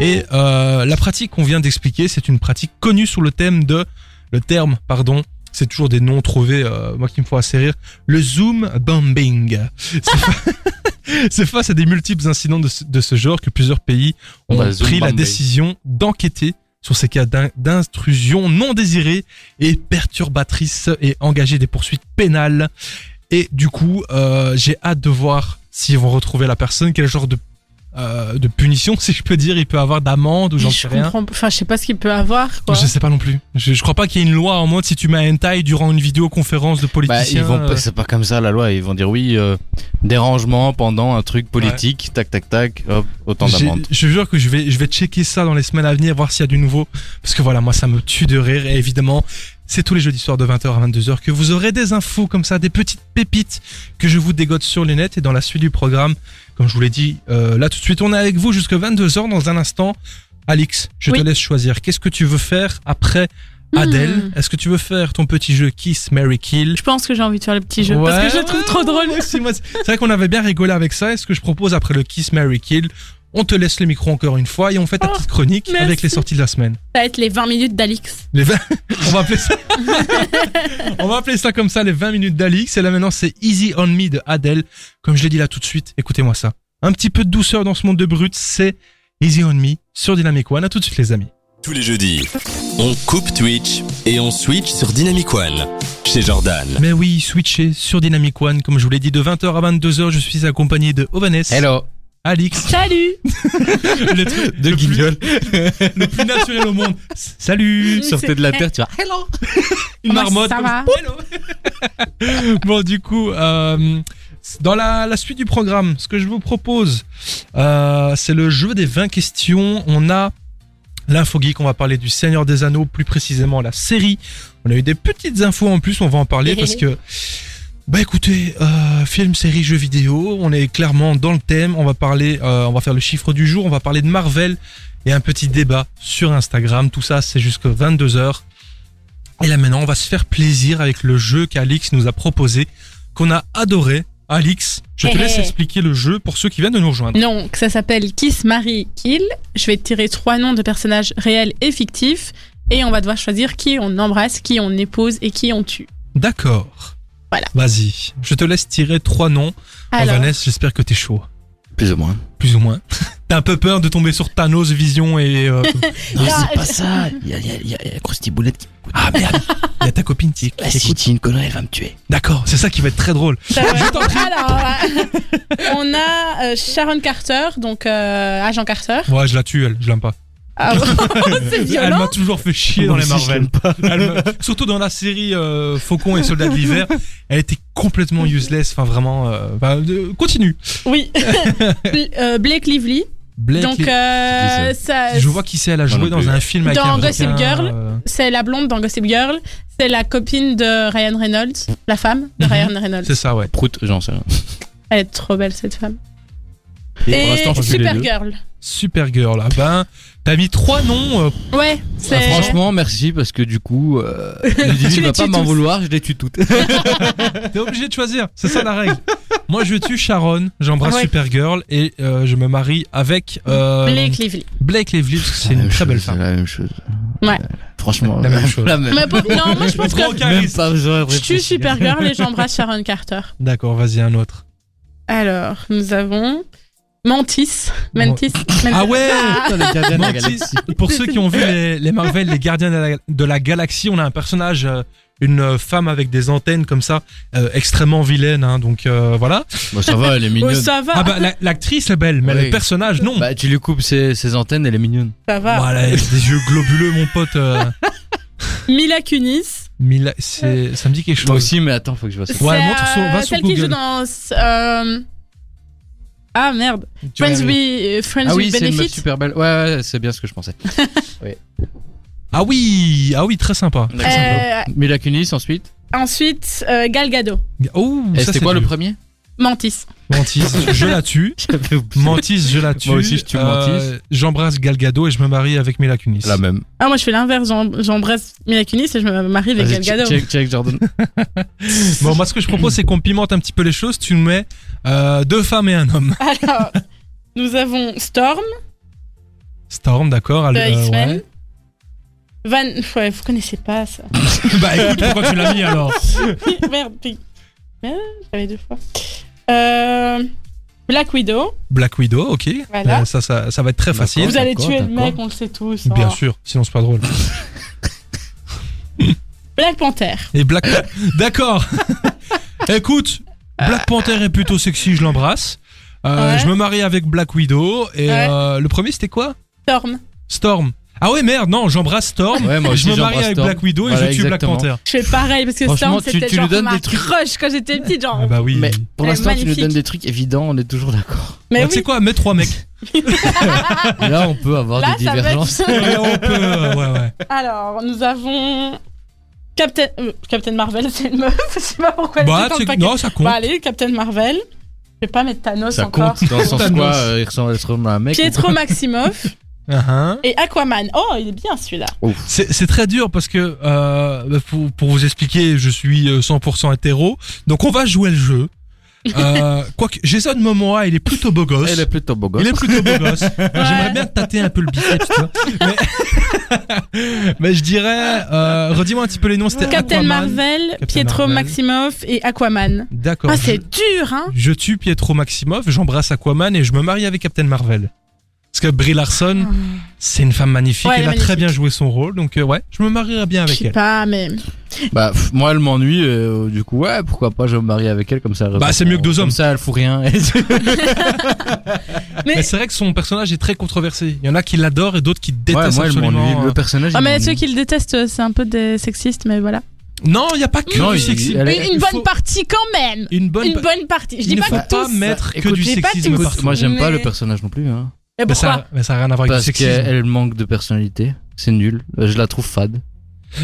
[SPEAKER 2] Et euh, la pratique qu'on vient d'expliquer, c'est une pratique connue sous le thème de. Le terme, pardon. C'est toujours des noms trouvés, euh, moi qui me font assez rire. Le Zoom Bombing. C'est fa- C'est face à des multiples incidents de ce, de ce genre que plusieurs pays ont
[SPEAKER 4] Bah, Zoom
[SPEAKER 2] pris la
[SPEAKER 4] Bombing.
[SPEAKER 2] décision d'enquêter sur ces cas d'in- d'intrusion non désirée et perturbatrice et engager des poursuites pénales. Et du coup, euh, j'ai hâte de voir s'ils vont retrouver la personne, quel genre de, euh, de punition, si je peux dire, il peut avoir d'amende ou
[SPEAKER 3] Mais
[SPEAKER 2] j'en
[SPEAKER 3] je
[SPEAKER 2] sais rien.
[SPEAKER 3] comprends. Enfin, je sais pas ce qu'il peut avoir. Quoi.
[SPEAKER 2] Je sais pas non plus. Je, je crois pas qu'il y ait une loi en mode si tu mets un hentai durant une vidéoconférence de
[SPEAKER 4] Bah,
[SPEAKER 2] politiciens.
[SPEAKER 4] ils vont,
[SPEAKER 2] euh,
[SPEAKER 4] pas- c'est pas comme ça la loi. Ils vont dire oui, euh, dérangement pendant un truc politique, tac tac tac, hop, autant
[SPEAKER 2] j'ai-
[SPEAKER 4] d'amende.
[SPEAKER 2] je jure que je vais, je vais checker ça dans les semaines à venir, voir s'il y a du nouveau. Parce que voilà, moi, ça me tue de rire. Et évidemment, c'est tous les jeudis soirs de 20h à 22h que vous aurez des infos comme ça, des petites pépites que je vous dégote sur les nets. Et dans la suite du programme, comme je vous l'ai dit, euh, là tout de suite, on est avec vous jusqu'à 22h dans un instant. Alix, je
[SPEAKER 3] Oui.
[SPEAKER 2] te laisse choisir. Qu'est-ce que tu veux faire après
[SPEAKER 3] Hmm.
[SPEAKER 2] Adèle Est-ce que tu veux faire ton petit jeu Kiss, Mary Kill
[SPEAKER 3] Je pense que j'ai envie de faire le petit jeu
[SPEAKER 2] Ouais,
[SPEAKER 3] parce que je le trouve
[SPEAKER 2] ouais,
[SPEAKER 3] trop drôle.
[SPEAKER 2] moi aussi, moi aussi. C'est vrai qu'on avait bien rigolé avec ça. Et ce que je propose après le Kiss Mary Kill, on te laisse le micro encore une fois et on fait ta
[SPEAKER 3] Oh,
[SPEAKER 2] petite chronique
[SPEAKER 3] merci.
[SPEAKER 2] avec les sorties de la semaine.
[SPEAKER 3] Ça va être les 20 minutes d'Alix.
[SPEAKER 2] Les 20 on va appeler ça. on va appeler ça comme ça les 20 minutes d'Alix. Et là maintenant, c'est Easy on Me de Adele. Comme je l'ai dit là tout de suite, écoutez-moi ça. Un petit peu de douceur dans ce monde de brut, c'est Easy on Me sur Dynamic One. À tout de suite, les amis.
[SPEAKER 1] Tous les jeudis, on coupe Twitch et on switch sur Dynamic One chez Jordan.
[SPEAKER 2] Mais oui, switcher sur Dynamic One. Comme je vous l'ai dit, de 20h à 22h, je suis accompagné de Ovanes,
[SPEAKER 4] Hello.
[SPEAKER 2] Alix,
[SPEAKER 3] Salut
[SPEAKER 2] le truc
[SPEAKER 4] De
[SPEAKER 2] le plus-
[SPEAKER 4] guignol.
[SPEAKER 2] le plus naturel au monde. Salut
[SPEAKER 4] Sortez de la terre, tu vois. Hello.
[SPEAKER 2] Une
[SPEAKER 3] Comment
[SPEAKER 2] marmotte
[SPEAKER 3] ça va
[SPEAKER 2] Hello. Bon, du coup, euh, dans la, la suite du programme, ce que je vous propose, euh, c'est le jeu des 20 questions. On a l'info geek, on va parler du Seigneur des Anneaux, plus précisément la série. On a eu des petites infos en plus, on va en parler parce que... Bah écoutez, euh, film, série, jeux vidéo, on est clairement dans le thème, on va parler, euh, on va faire le chiffre du jour, on va parler de Marvel et un petit débat sur Instagram, tout ça c'est jusqu'à 22h. Et là maintenant, on va se faire plaisir avec le jeu qu'Alix nous a proposé, qu'on a adoré. Alix, je te
[SPEAKER 3] Hey,
[SPEAKER 2] laisse
[SPEAKER 3] hey.
[SPEAKER 2] expliquer le jeu pour ceux qui viennent de nous rejoindre.
[SPEAKER 3] Non, que ça s'appelle Kiss, Marie, Kill. Je vais tirer trois noms de personnages réels et fictifs. Et on va devoir choisir qui on embrasse, qui on épouse et qui on tue.
[SPEAKER 2] D'accord.
[SPEAKER 3] Voilà.
[SPEAKER 2] Vas-y, je te laisse tirer trois noms.
[SPEAKER 3] Alors,
[SPEAKER 2] Ah, Vanessa, j'espère que t'es chaud.
[SPEAKER 4] Plus ou moins.
[SPEAKER 2] Plus ou moins. T'as un peu peur de tomber sur Thanos, Vision et... euh,
[SPEAKER 4] Non,
[SPEAKER 3] Ah,
[SPEAKER 4] c'est pas ça. Il y a, il y a- il y a- il y a Krusty Boulette qui. Ah merde.
[SPEAKER 2] Il y a ta copine qui
[SPEAKER 4] Bah,
[SPEAKER 2] qui
[SPEAKER 4] si je
[SPEAKER 2] écoute.
[SPEAKER 4] dis une connerie, elle va me tuer.
[SPEAKER 2] D'accord, c'est ça qui va être très drôle.
[SPEAKER 3] ça va. Alors, on a euh, Sharon Carter, donc euh, agent Carter.
[SPEAKER 2] Ouais, je la tue, elle, je l'aime pas.
[SPEAKER 3] Ah bon, c'est
[SPEAKER 2] Elle
[SPEAKER 3] violent.
[SPEAKER 2] m'a toujours fait chier
[SPEAKER 4] Moi
[SPEAKER 2] dans les
[SPEAKER 4] aussi, je
[SPEAKER 2] Marvel.
[SPEAKER 4] l'aime pas.
[SPEAKER 2] Elle me- Surtout dans la série euh, Faucon et Soldat de l'hiver, elle était complètement useless. Enfin, vraiment. euh, enfin, euh, continue.
[SPEAKER 3] Oui. Bl- euh, Blake Lively.
[SPEAKER 2] Blake
[SPEAKER 3] Donc,
[SPEAKER 2] Lee-
[SPEAKER 3] euh, ça,
[SPEAKER 2] je vois qui c'est. Elle a
[SPEAKER 4] Moi
[SPEAKER 2] joué
[SPEAKER 4] non plus.
[SPEAKER 2] dans un film avec
[SPEAKER 3] Dans
[SPEAKER 2] un
[SPEAKER 3] Gossip
[SPEAKER 2] requin,
[SPEAKER 3] Girl.
[SPEAKER 2] euh,
[SPEAKER 3] c'est la blonde dans Gossip Girl. C'est la copine de Ryan Reynolds, la femme de
[SPEAKER 2] Mhm.
[SPEAKER 3] Ryan Reynolds.
[SPEAKER 2] C'est ça, ouais.
[SPEAKER 4] Prout, j'en sais rien.
[SPEAKER 3] Elle est trop belle cette femme.
[SPEAKER 4] pour
[SPEAKER 3] Et,
[SPEAKER 4] l'instant, je suis les deux.
[SPEAKER 3] Supergirl.
[SPEAKER 2] Supergirl. Ah ben, t'as mis trois noms. euh,
[SPEAKER 3] Ouais,
[SPEAKER 4] Ah,
[SPEAKER 3] c'est.
[SPEAKER 4] franchement, merci parce que du coup, euh, Lily
[SPEAKER 3] Tu les
[SPEAKER 4] va pas
[SPEAKER 3] tues
[SPEAKER 4] m'en
[SPEAKER 3] tous.
[SPEAKER 4] vouloir, je les tue toutes.
[SPEAKER 2] euh, T'es obligé de choisir. C'est ça la règle. Moi, je tue Sharon. J'embrasse
[SPEAKER 3] Ah Ouais.
[SPEAKER 2] Supergirl et euh, je me marie avec euh,
[SPEAKER 3] Blake Lively.
[SPEAKER 2] Blake Lively parce que c'est
[SPEAKER 4] La
[SPEAKER 2] une
[SPEAKER 4] même
[SPEAKER 2] très
[SPEAKER 4] chose,
[SPEAKER 2] belle
[SPEAKER 4] c'est
[SPEAKER 2] femme.
[SPEAKER 4] La même chose.
[SPEAKER 3] Ouais.
[SPEAKER 4] Franchement, euh,
[SPEAKER 2] La même chose.
[SPEAKER 4] La même.
[SPEAKER 3] Mais pour- non, moi je pense que
[SPEAKER 2] Grand
[SPEAKER 4] Même
[SPEAKER 2] charisme.
[SPEAKER 4] pas besoin de
[SPEAKER 3] je tue
[SPEAKER 4] réfléchir.
[SPEAKER 3] Supergirl et j'embrasse Sharon Carter.
[SPEAKER 2] D'accord, vas-y, un autre.
[SPEAKER 3] Alors, nous avons Mantis. Mantis. Mantis.
[SPEAKER 2] Ah ouais
[SPEAKER 4] Putain, les gardiens de la
[SPEAKER 2] Mantis.
[SPEAKER 4] galaxie.
[SPEAKER 2] Pour ceux qui ont vu les, les Marvel, les gardiens de la, de la galaxie, on a un personnage, euh, une femme avec des antennes comme ça, euh, extrêmement vilaine. hein, donc euh, voilà.
[SPEAKER 4] Bon, ça va, elle est
[SPEAKER 3] Oh,
[SPEAKER 4] mignonne.
[SPEAKER 3] ça va,
[SPEAKER 2] Ah bah la- l'actrice est belle, mais
[SPEAKER 4] Oui.
[SPEAKER 2] le personnage non.
[SPEAKER 4] Bah, tu lui coupes ses, ses antennes, elle est mignonne.
[SPEAKER 3] ça va.
[SPEAKER 2] Voilà, elle a des yeux globuleux, mon pote. euh,
[SPEAKER 3] Mila Kunis.
[SPEAKER 2] Mila- c'est- ça me dit quelque chose.
[SPEAKER 4] Moi aussi, mais attends, faut que je vois ça.
[SPEAKER 3] C'est,
[SPEAKER 2] Ouais, montre sur- va
[SPEAKER 3] euh,
[SPEAKER 2] sur
[SPEAKER 3] celle qui
[SPEAKER 2] Google.
[SPEAKER 3] joue dans. euh, Ah merde.
[SPEAKER 2] Tu vas
[SPEAKER 3] Friends,
[SPEAKER 2] aller-
[SPEAKER 3] with, Friends
[SPEAKER 4] Ah oui,
[SPEAKER 3] with
[SPEAKER 4] c'est une meuf
[SPEAKER 3] Benefit.
[SPEAKER 4] super belle. Ouais, ouais, c'est bien ce que je pensais.
[SPEAKER 2] Ah oui, ah oui, très sympa.
[SPEAKER 3] Euh,
[SPEAKER 4] Mila Kunis ensuite.
[SPEAKER 3] ensuite, euh, Gal Gadot.
[SPEAKER 2] Oh,
[SPEAKER 4] Et
[SPEAKER 2] ça,
[SPEAKER 4] Eh, c'était
[SPEAKER 2] c'est
[SPEAKER 4] quoi le
[SPEAKER 2] dur.
[SPEAKER 4] premier
[SPEAKER 3] Mantis.
[SPEAKER 2] Mantis, je la tue. Mantis, je la tue. Euh,
[SPEAKER 4] aussi, je tue Mantis.
[SPEAKER 2] J'embrasse Galgado et je me marie avec Mila Kunis.
[SPEAKER 4] La même.
[SPEAKER 3] Ah, moi je fais l'inverse, j'em- j'embrasse Mila Kunis et je me marie avec Gal
[SPEAKER 4] Vas-y,
[SPEAKER 3] Gadot.
[SPEAKER 4] Check, check Jordan.
[SPEAKER 2] Bon, moi, ce que je propose, c'est qu'on pimente un petit peu les choses. Tu nous mets euh, deux femmes et un homme.
[SPEAKER 3] Alors, nous avons Storm
[SPEAKER 2] Storm, d'accord.
[SPEAKER 3] de
[SPEAKER 2] elle- euh,
[SPEAKER 3] X-Men.
[SPEAKER 2] ouais.
[SPEAKER 3] Van. Ouais, vous connaissez pas ça.
[SPEAKER 2] bah écoute, pourquoi tu l'as mis alors
[SPEAKER 3] Merde, puis- Merde, j'avais deux fois. Euh, Black Widow.
[SPEAKER 2] Black Widow, ok.
[SPEAKER 3] Voilà.
[SPEAKER 2] Euh, ça, ça, ça va être très
[SPEAKER 4] D'accord.
[SPEAKER 2] facile.
[SPEAKER 3] Vous allez
[SPEAKER 4] d'accord,
[SPEAKER 3] tuer le
[SPEAKER 4] d'accord.
[SPEAKER 3] mec, on le sait tous.
[SPEAKER 2] Bien
[SPEAKER 3] hein.
[SPEAKER 2] sûr, sinon c'est pas drôle.
[SPEAKER 3] Black Panther.
[SPEAKER 2] Et Black D'accord. Écoute, Black Panther est plutôt sexy, je l'embrasse. Euh,
[SPEAKER 3] Ouais.
[SPEAKER 2] Je me marie avec Black Widow. Et
[SPEAKER 3] Ouais.
[SPEAKER 2] euh, le premier, c'était quoi
[SPEAKER 3] Storm.
[SPEAKER 2] Storm. Ah ouais, merde, non, j'embrasse Storm.
[SPEAKER 4] Ouais, moi aussi,
[SPEAKER 2] je me marie
[SPEAKER 4] j'embrasse
[SPEAKER 2] avec
[SPEAKER 4] Storm.
[SPEAKER 2] Black Widow et
[SPEAKER 4] Voilà,
[SPEAKER 2] je tue
[SPEAKER 4] exactement.
[SPEAKER 2] Black Panther.
[SPEAKER 3] Je fais pareil parce que
[SPEAKER 4] Franchement,
[SPEAKER 3] Storm
[SPEAKER 4] tu-
[SPEAKER 3] c'était
[SPEAKER 4] tu lui
[SPEAKER 3] genre
[SPEAKER 4] donnes
[SPEAKER 3] ma
[SPEAKER 4] des trucs.
[SPEAKER 3] crush quand j'étais petite genre.
[SPEAKER 2] Ah bah oui.
[SPEAKER 4] Mais pour
[SPEAKER 3] Elle est
[SPEAKER 4] l'instant, tu nous
[SPEAKER 3] magnifique.
[SPEAKER 4] donnes des trucs évidents, on est toujours d'accord.
[SPEAKER 3] mais
[SPEAKER 2] Bah, Tu sais
[SPEAKER 3] oui,
[SPEAKER 2] quoi, mets trois mecs.
[SPEAKER 4] Et Là, on peut avoir
[SPEAKER 3] là
[SPEAKER 4] des
[SPEAKER 3] ça va
[SPEAKER 4] divergences.
[SPEAKER 3] être...
[SPEAKER 2] Et on peut, euh, ouais, ouais.
[SPEAKER 3] Alors, nous avons Captain euh, Captain Marvel, c'est une meuf, je sais pas pourquoi elle
[SPEAKER 2] Bah,
[SPEAKER 3] dit dans le
[SPEAKER 2] tu-
[SPEAKER 3] paquet.
[SPEAKER 2] non, ça compte.
[SPEAKER 3] Bah allez, Captain Marvel. Je vais pas mettre Thanos
[SPEAKER 4] Ça
[SPEAKER 3] encore.
[SPEAKER 4] compte dans le sens
[SPEAKER 2] Thanos.
[SPEAKER 4] quoi euh, Il ressemble elle se ressemble à un mec.
[SPEAKER 3] Pietro Maximoff
[SPEAKER 2] Uh-huh.
[SPEAKER 3] et Aquaman. Oh, il est bien celui-là.
[SPEAKER 2] C'est c'est très dur parce que, euh, bah, pour, pour vous expliquer, je suis euh, 100% hétéro. Donc, on va jouer le jeu. Euh, Quoique, Jason Momoa, il est plutôt beau gosse.
[SPEAKER 4] Elle est plutôt beau gosse.
[SPEAKER 2] Il est plutôt beau gosse. J'aimerais
[SPEAKER 3] Ouais.
[SPEAKER 2] bien te tâter un peu le biceps, tu vois. Mais, Mais je dirais, euh, redis-moi un petit peu les noms. C'était
[SPEAKER 3] Captain
[SPEAKER 2] Aquaman.
[SPEAKER 3] Marvel,
[SPEAKER 2] Captain
[SPEAKER 3] Pietro
[SPEAKER 2] Marvel.
[SPEAKER 3] Maximoff et Aquaman.
[SPEAKER 2] D'accord.
[SPEAKER 3] Ah,
[SPEAKER 2] je-
[SPEAKER 3] c'est dur hein.
[SPEAKER 2] Je tue Pietro Maximoff, j'embrasse Aquaman et je me marie avec Captain Marvel. Parce que Brie Larson, c'est une femme magnifique,
[SPEAKER 3] Ah. Ouais,
[SPEAKER 2] elle,
[SPEAKER 3] elle
[SPEAKER 2] a
[SPEAKER 3] est
[SPEAKER 2] très
[SPEAKER 3] magnifique.
[SPEAKER 2] bien joué son rôle, donc euh, ouais, je me marierai bien
[SPEAKER 3] Je
[SPEAKER 2] avec
[SPEAKER 3] sais
[SPEAKER 2] elle.
[SPEAKER 3] pas mais
[SPEAKER 4] Bah, pff, moi, elle m'ennuie. euh, du coup, ouais, pourquoi pas, je vais me marier avec elle comme ça. elle
[SPEAKER 2] Bah, c'est
[SPEAKER 4] répond-
[SPEAKER 2] mieux que deux hommes.
[SPEAKER 4] Comme ça, elle fout rien.
[SPEAKER 2] Mais c'est vrai que son personnage est très controversé. Il y en a qui l'adorent et d'autres qui
[SPEAKER 4] Ouais,
[SPEAKER 2] détestent
[SPEAKER 4] moi, elle
[SPEAKER 2] absolument. euh.
[SPEAKER 4] m'ennuie. Le personnage.
[SPEAKER 3] Ah
[SPEAKER 4] il
[SPEAKER 3] mais
[SPEAKER 4] m'ennuie.
[SPEAKER 3] ceux qui le détestent, c'est un peu des sexistes mais voilà.
[SPEAKER 2] Non, il n'y a pas que
[SPEAKER 4] Non,
[SPEAKER 2] du
[SPEAKER 4] il-
[SPEAKER 2] sexisme.
[SPEAKER 4] elle est-
[SPEAKER 3] Une, une
[SPEAKER 2] il
[SPEAKER 3] bonne
[SPEAKER 2] faut-
[SPEAKER 3] partie quand même.
[SPEAKER 2] Une bonne.
[SPEAKER 3] une bonne partie. Je
[SPEAKER 2] Il
[SPEAKER 3] dis
[SPEAKER 2] ne
[SPEAKER 3] pas
[SPEAKER 2] faut
[SPEAKER 3] que
[SPEAKER 2] pas
[SPEAKER 3] tous.
[SPEAKER 2] mettre
[SPEAKER 4] Bah,
[SPEAKER 2] que
[SPEAKER 4] écoute,
[SPEAKER 2] du
[SPEAKER 3] j'ai pas
[SPEAKER 2] sexisme
[SPEAKER 3] tous.
[SPEAKER 2] partout.
[SPEAKER 4] Moi, j'aime pas
[SPEAKER 3] Mais-
[SPEAKER 4] le personnage non plus. Hein,
[SPEAKER 3] Mais
[SPEAKER 2] Mais
[SPEAKER 3] pourquoi
[SPEAKER 2] ça, mais ça a rien à voir avec le
[SPEAKER 4] parce
[SPEAKER 2] sexisme.
[SPEAKER 4] qu'elle manque de personnalité. C'est nul. Euh, Je la trouve fade.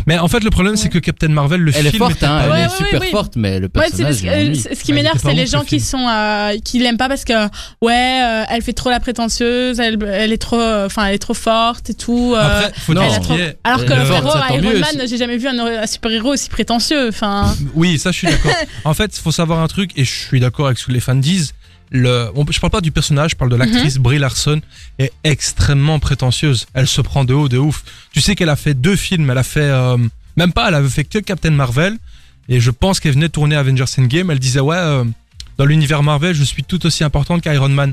[SPEAKER 2] Mais en fait, le problème, c'est que Captain Marvel, le
[SPEAKER 4] Elle
[SPEAKER 2] film.
[SPEAKER 4] est forte,
[SPEAKER 2] était
[SPEAKER 4] hein.
[SPEAKER 2] pas-
[SPEAKER 4] Elle
[SPEAKER 3] Ouais,
[SPEAKER 4] est
[SPEAKER 3] ouais, ouais,
[SPEAKER 4] super
[SPEAKER 3] ouais.
[SPEAKER 4] forte, mais le
[SPEAKER 3] Ouais, c'est parce
[SPEAKER 4] personnage.
[SPEAKER 3] que,
[SPEAKER 4] il
[SPEAKER 3] euh,
[SPEAKER 4] m'ennuie.
[SPEAKER 3] c'est- ce
[SPEAKER 2] Bah,
[SPEAKER 3] qui
[SPEAKER 2] il
[SPEAKER 3] m'énerve,
[SPEAKER 2] était pas
[SPEAKER 3] c'est
[SPEAKER 2] bon,
[SPEAKER 3] les
[SPEAKER 2] ce
[SPEAKER 3] gens qui sont euh, qui l'aiment pas parce que ouais, euh, elle fait trop la prétentieuse, elle, elle est trop, euh, enfin, elle est trop forte et tout. euh,
[SPEAKER 2] Après, faut
[SPEAKER 4] non.
[SPEAKER 2] dire
[SPEAKER 4] elle
[SPEAKER 2] ce
[SPEAKER 4] a
[SPEAKER 2] qui est-
[SPEAKER 3] alors que
[SPEAKER 4] elle est
[SPEAKER 3] frérot,
[SPEAKER 4] forte, ça, tant
[SPEAKER 3] Iron
[SPEAKER 4] mieux,
[SPEAKER 3] Man,
[SPEAKER 4] c'est-
[SPEAKER 3] j'ai jamais vu un, un super héros aussi prétentieux. Enfin,
[SPEAKER 2] Oui, ça je suis d'accord. en fait, faut savoir un truc, et je suis d'accord avec ce que les fans disent. Le, on- je parle pas du personnage, je parle de l'actrice
[SPEAKER 3] Mhm.
[SPEAKER 2] Brie Larson est extrêmement prétentieuse. Elle se prend de haut, de ouf. Tu sais qu'elle a fait deux films, elle a fait euh, même pas, elle avait fait que Captain Marvel. Et je pense qu'elle venait de tourner Avengers Endgame. Elle disait ouais, euh, dans l'univers Marvel, je suis tout aussi importante qu'Iron Man.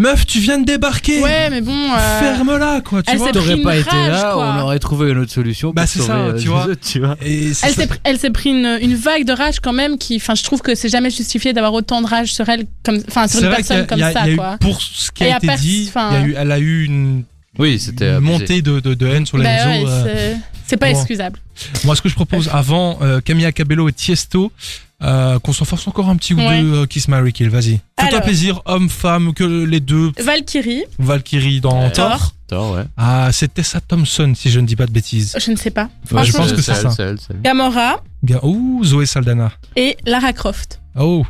[SPEAKER 2] Meuf, tu viens de débarquer.
[SPEAKER 3] ouais, mais bon. euh,
[SPEAKER 2] Ferme-la, quoi. Tu
[SPEAKER 3] elle
[SPEAKER 2] vois.
[SPEAKER 3] s'est
[SPEAKER 4] T'aurais
[SPEAKER 3] pris
[SPEAKER 4] pas
[SPEAKER 3] une
[SPEAKER 4] été
[SPEAKER 3] rage,
[SPEAKER 4] là,
[SPEAKER 3] quoi.
[SPEAKER 4] on aurait trouvé une autre solution.
[SPEAKER 2] Bah,
[SPEAKER 4] pour
[SPEAKER 2] c'est ça,
[SPEAKER 4] sauver, euh,
[SPEAKER 2] tu vois.
[SPEAKER 4] les autres, tu vois.
[SPEAKER 2] Et c'est
[SPEAKER 3] Elle
[SPEAKER 2] ça.
[SPEAKER 3] s'est pr- elle s'est pris une, une vague de rage quand même qui, enfin, je trouve que c'est jamais justifié d'avoir autant de rage sur elle, comme, enfin, sur
[SPEAKER 2] C'est
[SPEAKER 3] une
[SPEAKER 2] vrai qu'il y a-
[SPEAKER 3] personne comme
[SPEAKER 2] il y a-
[SPEAKER 3] ça,
[SPEAKER 2] il y a eu-
[SPEAKER 3] quoi.
[SPEAKER 2] Pour ce qui
[SPEAKER 3] Et
[SPEAKER 2] a
[SPEAKER 3] à
[SPEAKER 2] été
[SPEAKER 3] pers-
[SPEAKER 2] dit,
[SPEAKER 3] enfin-
[SPEAKER 2] il y a eu- elle a eu une
[SPEAKER 4] Oui, c'était euh,
[SPEAKER 2] une
[SPEAKER 4] abusé.
[SPEAKER 2] montée de, de, de haine sur les
[SPEAKER 3] Bah ouais,
[SPEAKER 2] réseaux. euh.
[SPEAKER 3] c'est- c'est pas
[SPEAKER 2] bon.
[SPEAKER 3] excusable.
[SPEAKER 2] Moi, ce que je propose avant euh, Camilla Cabello et Tiesto, euh, qu'on s'en force encore un petit ou
[SPEAKER 3] Ouais.
[SPEAKER 2] deux euh, Kiss Mary Kill. Vas-y. Fais-toi
[SPEAKER 3] Alors.
[SPEAKER 2] plaisir, homme, femme, que les deux
[SPEAKER 3] Valkyrie,
[SPEAKER 2] Valkyrie dans
[SPEAKER 4] Euh,
[SPEAKER 2] Thor.
[SPEAKER 3] Thor,
[SPEAKER 4] Thor, ouais.
[SPEAKER 2] Ah, c'est Tessa Thompson, si je ne dis pas de bêtises.
[SPEAKER 3] je ne sais pas.
[SPEAKER 2] Ouais, Bah, je
[SPEAKER 3] Franchement,
[SPEAKER 2] pense que c'est ça.
[SPEAKER 3] Gamora
[SPEAKER 2] Bien. Ouh, Zoé Saldana.
[SPEAKER 3] et Lara Croft.
[SPEAKER 2] Oh.